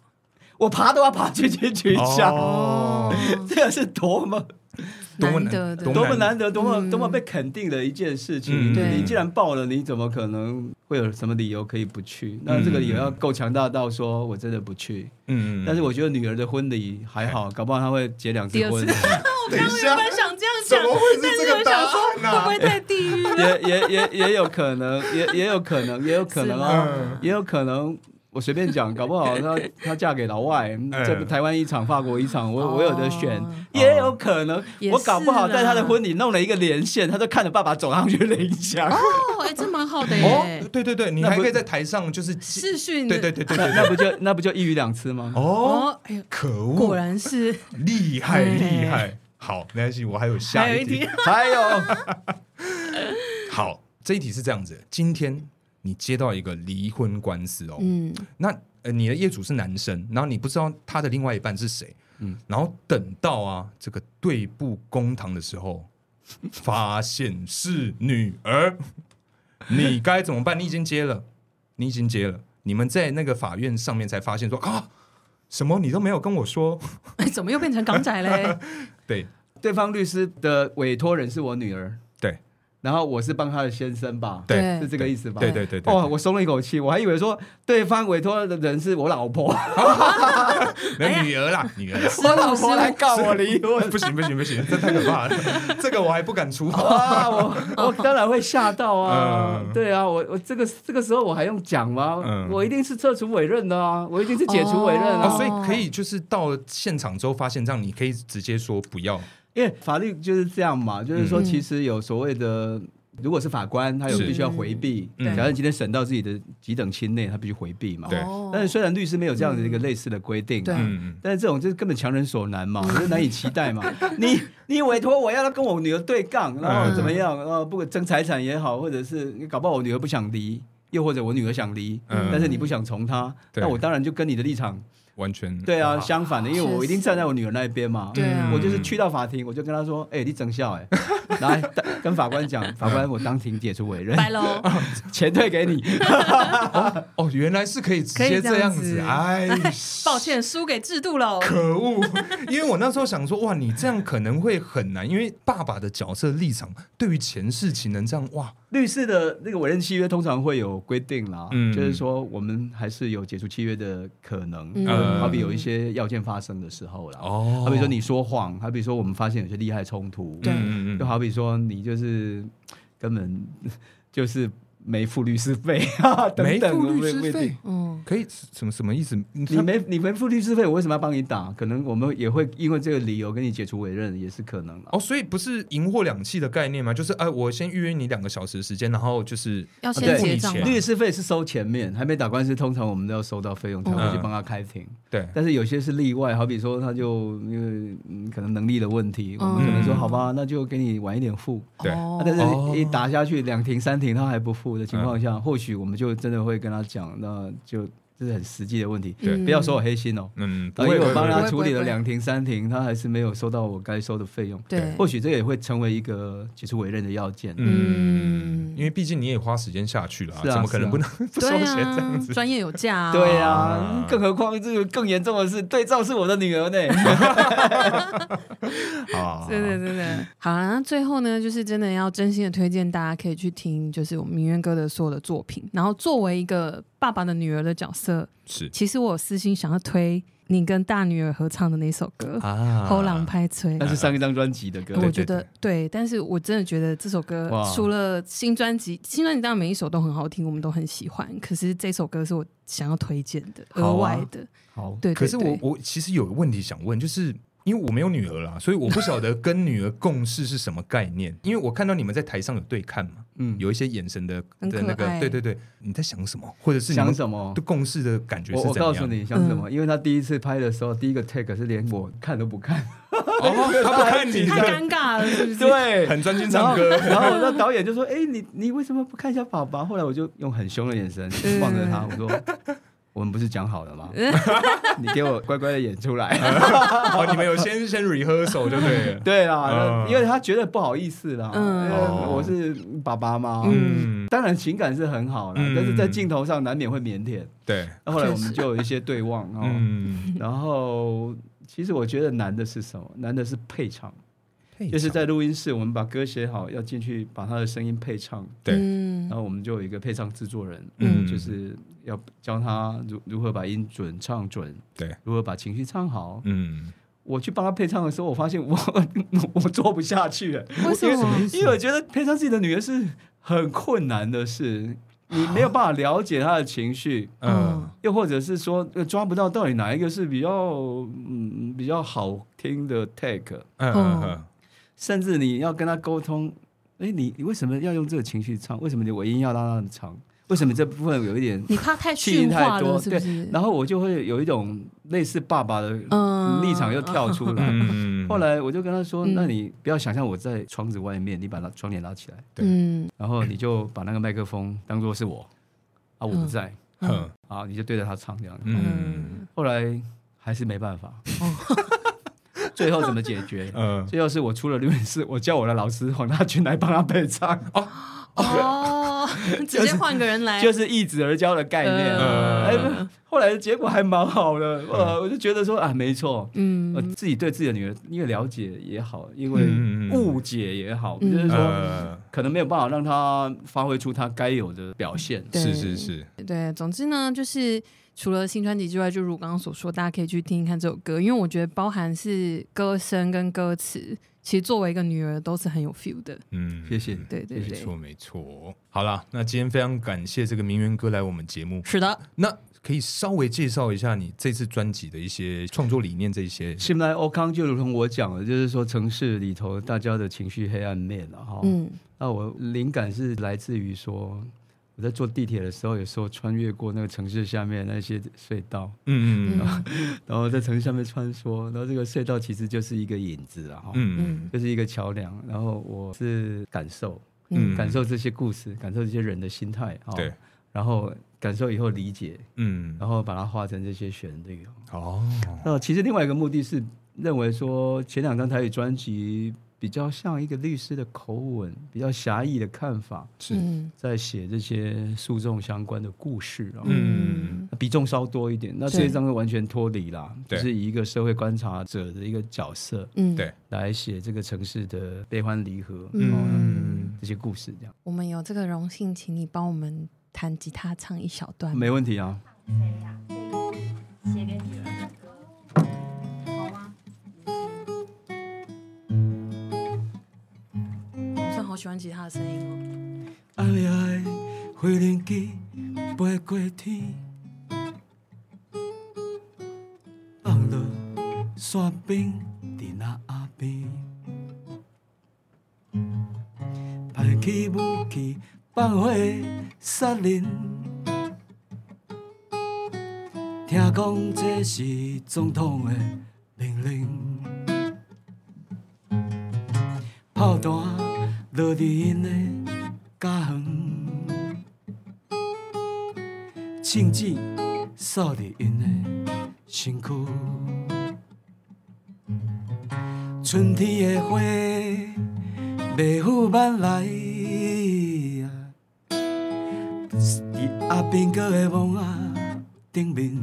Speaker 3: 我爬都要爬去金曲奖，
Speaker 1: 哦，
Speaker 3: 这个是多么
Speaker 1: <laughs> 多么
Speaker 2: 难得的
Speaker 3: 多
Speaker 1: 多
Speaker 3: 么
Speaker 1: 么难
Speaker 3: 难得，多么
Speaker 2: 嗯
Speaker 3: 多么被肯定的一件事
Speaker 1: 嗯
Speaker 3: 情。
Speaker 2: 对
Speaker 3: 你既然报了，你怎么可能会有什么理由可以不去？那这个也要够强大到说我真的不去。
Speaker 1: 嗯，
Speaker 3: 但是我觉得女儿的婚礼还好，搞不好她会结两次
Speaker 2: 第二
Speaker 3: 婚
Speaker 2: 次，。我刚
Speaker 1: 啊等
Speaker 2: 刚
Speaker 1: 一
Speaker 2: 原
Speaker 1: 下
Speaker 2: 本想这样想
Speaker 1: 怎么会，是
Speaker 2: 但
Speaker 1: 这
Speaker 2: 是
Speaker 1: 个
Speaker 2: 我
Speaker 1: 答
Speaker 2: 想说会
Speaker 1: 案啊
Speaker 2: 不会太地狱
Speaker 3: <laughs>
Speaker 2: 了？
Speaker 3: 也也也也有可能，也也有可能，也有可能
Speaker 2: 是吗
Speaker 1: 嗯
Speaker 3: 哦，也有可能。我随便讲，搞不好她她嫁给老外，嗯
Speaker 1: 嗯
Speaker 3: 在台湾一场，法国一场，我我有得选
Speaker 2: 哦，
Speaker 3: 也有可能
Speaker 2: 也。
Speaker 3: 我搞不好
Speaker 2: 是啦啊
Speaker 3: 在她的婚礼弄了一个连线，她就看着爸爸走上去领奖，
Speaker 2: 哦，哎，这蛮好的
Speaker 1: 哦
Speaker 2: 耶，，
Speaker 1: 对对对，你
Speaker 3: 那
Speaker 1: 还
Speaker 3: 不
Speaker 1: 可以在台上就是
Speaker 2: 视讯
Speaker 1: 对对对对
Speaker 3: 那
Speaker 1: 对，
Speaker 3: <laughs> 那不就那不就一鱼两吃吗？ <laughs>
Speaker 1: 哦，
Speaker 2: 哦，哎呦，
Speaker 1: 可
Speaker 2: 果
Speaker 1: 恶，
Speaker 2: 然是
Speaker 1: <laughs> 厉害
Speaker 2: 哎
Speaker 1: 厉害，好，没关系，我还有下
Speaker 2: 还有一
Speaker 1: 题
Speaker 2: 题。，
Speaker 3: 还有，
Speaker 1: 好，这一题是这样子，今天你接到一个离婚官司哦，
Speaker 2: 嗯，
Speaker 1: 那呃，你的业主是男生，然后你不知道他的另外一半是谁，嗯
Speaker 3: 嗯，
Speaker 1: 然后等到啊这个对簿公堂的时候，发现是女儿，你该怎么办？你已经接了，你已经接了，你们在那个法院上面才发现说啊，什么你都没有跟我说，
Speaker 2: 哎，怎么又变成港仔嘞？
Speaker 1: 对
Speaker 3: 对方律师的委托人是我女儿，
Speaker 1: 对
Speaker 3: 然后我是帮她的先生吧，
Speaker 1: <laughs> 对
Speaker 3: <laughs> 是这个意思吧？哦
Speaker 1: 对对对对，
Speaker 3: 哇，我松了一口气，我还以为说对方委托的人是我老
Speaker 2: <laughs>
Speaker 3: 婆，
Speaker 2: 哎
Speaker 1: 那
Speaker 2: 呀
Speaker 1: 女儿啦，女儿啦。
Speaker 3: 我老婆来告 <laughs> 我离婚。
Speaker 1: 不行不行不行，这太可怕了， <laughs> 这个我还不敢出。
Speaker 3: <laughs> 啊，我 <laughs> 我当然会吓到啊！
Speaker 1: 嗯
Speaker 3: 对啊，我我这个这个时候我还用讲吗？
Speaker 1: 嗯
Speaker 3: 我一定是撤除委任的啊，我一定是解除委任啊！
Speaker 1: 哦，所以可以就是到现场之后发现这样，你可以直接说不要。
Speaker 3: 因为法律就是这样嘛，就是说，
Speaker 2: 嗯
Speaker 3: 其实有所谓的，如果是法官，他有
Speaker 1: 是
Speaker 3: 必须要回避。
Speaker 1: 嗯
Speaker 3: 假如你今天审到自己的几等亲内，他必须回避嘛。
Speaker 1: 对
Speaker 2: 哦
Speaker 3: 但是虽然律师没有这样的一个类似的规定、
Speaker 2: 对
Speaker 3: 啊，
Speaker 1: 嗯，
Speaker 3: 但是这种就是根本强人所难
Speaker 1: <laughs>
Speaker 3: 嘛，就是难以期待嘛。你你委托我要跟我女儿对杠，
Speaker 1: 嗯
Speaker 3: 然后怎么样？呃，不管争财产也好，或者是搞不好我女儿不想离，又或者我女儿想离，
Speaker 1: 嗯
Speaker 3: 但是你不想从她，
Speaker 1: 对嗯
Speaker 3: 那我当然就跟你的立场
Speaker 1: 完全
Speaker 3: 对啊，
Speaker 1: 哇
Speaker 3: 相反的，因为我一定站在我女儿那一边嘛。
Speaker 2: 对啊
Speaker 3: 我
Speaker 1: 嗯
Speaker 3: 就是去到法庭，我就跟
Speaker 1: <laughs>
Speaker 3: 她说：“哎、你整笑哎、来跟法官讲，法官，我当庭解除委
Speaker 1: <laughs>
Speaker 3: 任，
Speaker 2: 拜喽。
Speaker 3: 钱退给你。
Speaker 1: 哦，原来是可以直
Speaker 2: 可
Speaker 1: 接
Speaker 2: 以这
Speaker 1: 样
Speaker 2: 样子
Speaker 1: 哎，
Speaker 2: 抱歉，输给制度喽。
Speaker 1: 可
Speaker 2: <laughs>
Speaker 1: 恶！因为我那时候想说，哇，你这样可能会很难，因为爸爸的角色立场对于前世情人这样，哇，”
Speaker 3: 律师的那个委任契约通常会有规定啦，
Speaker 1: 嗯
Speaker 3: 就是说我们还是有解除契约的可能，
Speaker 2: 嗯
Speaker 3: 呃好比有一些要件发生的时候啦，
Speaker 2: 啊
Speaker 1: 哦
Speaker 3: 好比说你说谎，好比说我们发现有些利害冲突，
Speaker 2: 对
Speaker 1: 嗯
Speaker 3: 就好比说你就是根本就是没付律师费啊
Speaker 1: 没
Speaker 3: 等等，
Speaker 1: 付律
Speaker 3: 我也
Speaker 1: 师，
Speaker 3: 我也
Speaker 1: 费，
Speaker 2: 嗯，
Speaker 1: 可以什么什么意思？你
Speaker 3: 你没你没付律师费，我为什么要帮你打？可能我们也会因为这个理由跟你解除委任，也是可能啦。
Speaker 1: <laughs> 哦，所以不是赢货两气的概念吗？就是哎、我先预约你两个小时的时间，然后就是
Speaker 2: 要
Speaker 1: 对
Speaker 2: 先
Speaker 1: 付
Speaker 2: 结
Speaker 1: 你
Speaker 2: 账
Speaker 1: 钱
Speaker 2: 吗？
Speaker 3: 律师费是收前面，还没打官司，通常我们都要收到费用才会去
Speaker 1: 嗯
Speaker 3: 帮他开庭。
Speaker 1: 对，
Speaker 3: 但是有些是例外，好比说他就因为、嗯可能能力的问题，我们可能说
Speaker 1: 嗯
Speaker 3: 好吧，那就给你晚一点付。
Speaker 1: 对
Speaker 3: 啊但
Speaker 1: 哦嗯
Speaker 3: 是一打下去两庭三庭他还不付的情况下，或许我们就真的会跟他讲，那就这是很实际的问题，
Speaker 2: 嗯
Speaker 1: 对
Speaker 3: 不要说我黑心哦。
Speaker 1: 嗯，不
Speaker 3: 因
Speaker 1: 会
Speaker 3: 为
Speaker 1: 不
Speaker 3: 我
Speaker 1: 会
Speaker 3: 帮
Speaker 1: 不
Speaker 3: 他
Speaker 1: 会
Speaker 3: 处理了
Speaker 2: 不会不会
Speaker 3: 两庭三庭，他还是没有收到我该收的费用。
Speaker 2: 对，
Speaker 3: 或许这也会成为一个解除委任的要件。
Speaker 1: 嗯
Speaker 2: 嗯，
Speaker 1: 因为毕竟你也花时间下去了、
Speaker 3: 是啊
Speaker 1: 怎么可能不能、 <laughs> 不收
Speaker 2: 对
Speaker 1: 钱这样
Speaker 2: 啊
Speaker 1: 子，？
Speaker 2: 专业有价啊。
Speaker 3: 对呀、嗯
Speaker 1: 啊
Speaker 3: 更何况这个更严重的是，对照是我的女儿呢。
Speaker 1: <laughs>
Speaker 3: <laughs>
Speaker 1: 啊
Speaker 2: 对对对对，好啦，那最后呢，就是真的要真心的推荐大家可以去听，就是我们明渊哥的所有的作品。然后作为一个爸爸的女儿的角色，
Speaker 1: 是
Speaker 2: 其实我有私心想要推你跟大女儿合唱的那首歌
Speaker 1: 啊
Speaker 2: 《后浪拍催》
Speaker 3: 那。是上一张专辑的歌
Speaker 1: 对
Speaker 2: 我觉得对，但是我真的觉得这首歌
Speaker 3: 哇
Speaker 2: 除了新专辑，新专辑当然每一首都很好听，我们都很喜欢。可是这首歌是我想要推荐的，
Speaker 3: 好
Speaker 2: 额
Speaker 3: 啊
Speaker 2: 外的。
Speaker 3: 好，
Speaker 2: 对，对
Speaker 1: 可是我
Speaker 2: 对
Speaker 1: 我其实有个问题想问，就是因为我没有女儿啦，所以我不 <laughs> 晓得跟女儿共事是什么概念。因为我看到你们在台上有对看嘛，
Speaker 3: 嗯，
Speaker 1: 有一些眼神的
Speaker 2: 很
Speaker 1: 的那
Speaker 2: 可
Speaker 1: 个，
Speaker 2: 爱
Speaker 1: 对对对，你在想什么，或者是你
Speaker 3: 想
Speaker 1: 们
Speaker 3: 什么
Speaker 1: 对？共事的感觉
Speaker 3: 我
Speaker 1: 是
Speaker 3: 我
Speaker 1: 怎样？
Speaker 3: 告诉你想什
Speaker 2: 嗯
Speaker 3: 么，因为他第一次拍的时候，第一个 take 是连我看都不看，
Speaker 1: 哦， <laughs> 他不看你
Speaker 2: 太
Speaker 1: 的，
Speaker 2: 尴尬了，是不是？
Speaker 3: 对
Speaker 1: 很专心唱歌。
Speaker 3: 然后那导演就说：“哎、你你为什么不看一下爸爸？”后来我就用很凶的眼神望着他，我说：“我们不是讲好了
Speaker 2: <laughs>
Speaker 3: 吗？
Speaker 2: 嗯
Speaker 3: 你给我乖乖的演出来。
Speaker 1: <laughs> 哦，你们有先先 rehearsal 就对了”。
Speaker 3: 对啦，
Speaker 1: 嗯
Speaker 3: 那因为他觉得不好意思啦，
Speaker 2: 嗯
Speaker 3: 因为
Speaker 1: 哦
Speaker 3: 我是爸爸嘛，
Speaker 1: <laughs> 嗯，
Speaker 3: 当然情感是很好啦，
Speaker 1: 嗯
Speaker 3: 但是在镜头上难免会腼腆。
Speaker 1: 对，
Speaker 3: 那后来我
Speaker 2: 确
Speaker 3: 们
Speaker 2: 实
Speaker 3: 就有一些对望哦，
Speaker 1: 嗯，
Speaker 3: 然后其实我觉得难的是什么？难的是配唱。
Speaker 2: 哎
Speaker 3: 就是在录音室，我们把歌写好，要进去把他的声音配唱，
Speaker 1: 对
Speaker 2: 嗯
Speaker 3: 然后我们就有一个配唱制作人，
Speaker 1: 嗯
Speaker 3: 就是要教他如如何把音准唱准，
Speaker 1: 对，
Speaker 3: 如何把情绪唱好。
Speaker 1: 嗯，
Speaker 3: 我去帮他配唱的时候，我发现我 <laughs> 我做不下去了，
Speaker 2: 为什么？
Speaker 3: 因为我觉得配唱自己的女儿是很困难的事，你没有办法了解她的情绪。
Speaker 1: 嗯，
Speaker 3: 又或者是说，呃抓不到到底哪一个是比较嗯比较好听的 take，
Speaker 1: 嗯嗯
Speaker 3: 甚至你要跟他沟通，哎，你你为什么要用这个情绪唱？为什么你尾音要拉那么长？为什么这部分有一点？
Speaker 2: 你怕太
Speaker 3: 气
Speaker 2: 驯
Speaker 3: 太
Speaker 2: 化
Speaker 3: 多，
Speaker 2: 了，是不是
Speaker 3: 对，？然后我就会有一种类似爸爸的
Speaker 2: 嗯
Speaker 3: 立场又跳出来。
Speaker 1: 嗯，
Speaker 3: 后来我就跟他说：“
Speaker 2: 嗯
Speaker 3: 那你不要想象我在窗子外面，你把拉窗帘拉起来，
Speaker 1: 对
Speaker 2: 嗯，
Speaker 3: 然后你就把那个麦克风当做是我，啊，我不在，
Speaker 1: 嗯
Speaker 3: 啊，你就对着他唱这样。”
Speaker 1: 嗯
Speaker 3: 后来还是没办法， <laughs> 最后怎么解决？
Speaker 1: 嗯，
Speaker 3: 最后是我出了律师，我叫我的老师黄大军来帮他配唱， <laughs>
Speaker 2: 哦， <laughs> 直接换个人来，
Speaker 3: 就是一子而教的概念。
Speaker 2: 嗯
Speaker 1: 呃
Speaker 3: 哎、 <laughs> 后来的结果还蛮好的，呃，我就觉得说啊，没错，
Speaker 2: 嗯
Speaker 3: 我自己对自己的女儿，因为了解也好，因为
Speaker 1: 嗯嗯嗯
Speaker 3: 误解也好，
Speaker 2: 嗯
Speaker 3: 就是说
Speaker 1: 呃，
Speaker 3: 可能没有办法让她发挥出她该有的表现。
Speaker 2: 对
Speaker 1: 是是是，
Speaker 2: 对，总之呢，就是除了新专辑之外，就如我刚刚所说，大家可以去听听看这首歌，因为我觉得包含是歌声跟歌词，其实作为一个女儿都是很有 feel 的。
Speaker 1: 嗯，
Speaker 3: 谢谢
Speaker 2: 对对
Speaker 1: 没
Speaker 2: 对，
Speaker 1: 错没错。好啦，那今天非常感谢这个名媛哥来我们节目，
Speaker 2: 是的，
Speaker 1: 那可以稍微介绍一下你这次专辑的一些创作理念，这一些
Speaker 3: 新来欧康就如同我讲的，就是说城市里头大家的情绪黑暗面了
Speaker 1: 哦
Speaker 3: 哈。
Speaker 2: 嗯
Speaker 3: 那我灵感是来自于说，我在坐地铁的时候，有时候穿越过那个城市下面那些隧道，
Speaker 1: 嗯嗯
Speaker 2: 嗯
Speaker 3: 然后在城市下面穿梭，然后这个隧道其实就是一个影子啊，哈、
Speaker 1: 嗯
Speaker 2: 嗯
Speaker 3: 就是一个桥梁。然后我是感受，
Speaker 1: 嗯
Speaker 2: 嗯
Speaker 3: 感受这些故事，感受这些人的心态啊。
Speaker 1: 嗯，对，
Speaker 3: 然后感受以后理解，
Speaker 1: 嗯，
Speaker 3: 然后把它化成这些旋律哦。
Speaker 1: 哦，
Speaker 3: 那其实另外一个目的是认为说，前两张台语专辑比较像一个律师的口吻，比较狭义的看法，
Speaker 1: 是，
Speaker 2: 嗯
Speaker 3: 在写这些诉讼相关的故事啊、
Speaker 1: 嗯
Speaker 3: 比重稍多一点。那
Speaker 2: 对
Speaker 3: 这一张完全脱离啦，就
Speaker 1: 对
Speaker 3: 是以一个社会观察者的一个角色
Speaker 2: 嗯，
Speaker 1: 对，
Speaker 3: 来写这个城市的悲欢离合，
Speaker 2: 嗯，
Speaker 3: 这些故事，这样
Speaker 2: 我们有这个荣幸，请你帮我们弹吉他唱一小段。
Speaker 3: 没问题啊。
Speaker 4: 写给女儿的歌，好吗？
Speaker 2: 我真的好喜欢吉他的声音哦。
Speaker 3: 爱爱的飞轮机飞过天，红落山冰伫那阿边，排起武器放火杀人。听讲这是总统的命令。炮弹落伫因的家园，枪子扫伫因的身躯，春天的花袂赴挽来啊，伫阿兵哥的梦啊顶面，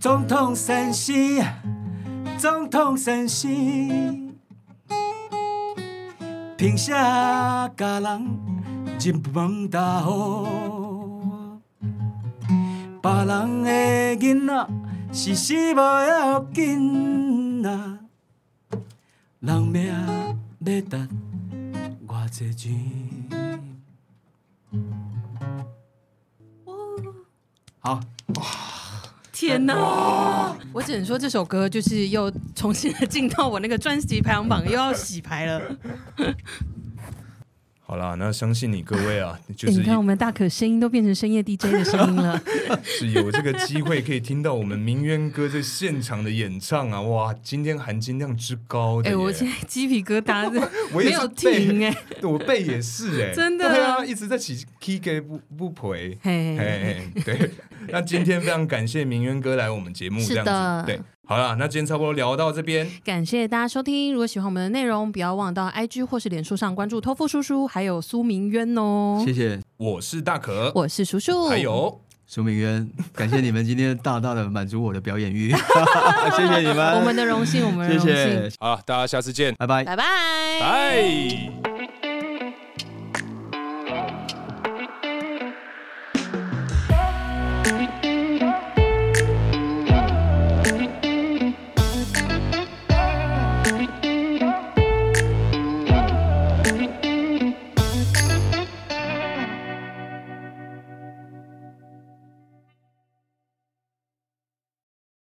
Speaker 3: 总统先生。啊总统先生，凭啥家人入门大户？别人的囡仔是死无要紧啊，人命要值偌济钱？好，
Speaker 2: 天哪！我只能说这首歌就是又重新的进到我那个专辑排行榜，又要洗牌了。
Speaker 1: 好啦，那相信你各位啊，就是
Speaker 2: 你看我们大可声音都变成深夜 DJ 的声音了。
Speaker 1: 是有这个机会可以听到我们明渊哥在现场的演唱啊，哇，今天含金量之高的
Speaker 2: 哎、
Speaker 1: 耶，
Speaker 2: 我现在鸡皮疙瘩是
Speaker 1: 我也
Speaker 2: 没
Speaker 1: 是
Speaker 2: 有
Speaker 1: 被
Speaker 2: 停哎、
Speaker 1: 我背也是哎、
Speaker 2: 真的啊
Speaker 1: 对啊，一直在起 K 给不不赔，
Speaker 2: 嘿
Speaker 1: 嘿嘿对。那今天非常感谢明渊哥来我们节目，
Speaker 2: 是
Speaker 1: 这
Speaker 2: 的
Speaker 1: 样子，对，好啦，那今天差不多聊到这边，
Speaker 2: 感谢大家收听，如果喜欢我们的内容，不要忘到 IG 或是脸书上关注偷富叔叔，还有苏明渊哦。
Speaker 3: 谢
Speaker 1: 我是大可，
Speaker 2: 我是叔叔，
Speaker 1: 还有
Speaker 3: 苏明渊，感谢你们今天大大的满足我的表演
Speaker 2: <laughs>
Speaker 3: 欲，谢谢你们，
Speaker 2: 我们的荣幸，我们的
Speaker 3: 谢
Speaker 2: 荣幸，
Speaker 3: 谢，
Speaker 1: 好，大家下次见，
Speaker 3: 拜拜。
Speaker 2: 拜拜，
Speaker 1: 拜。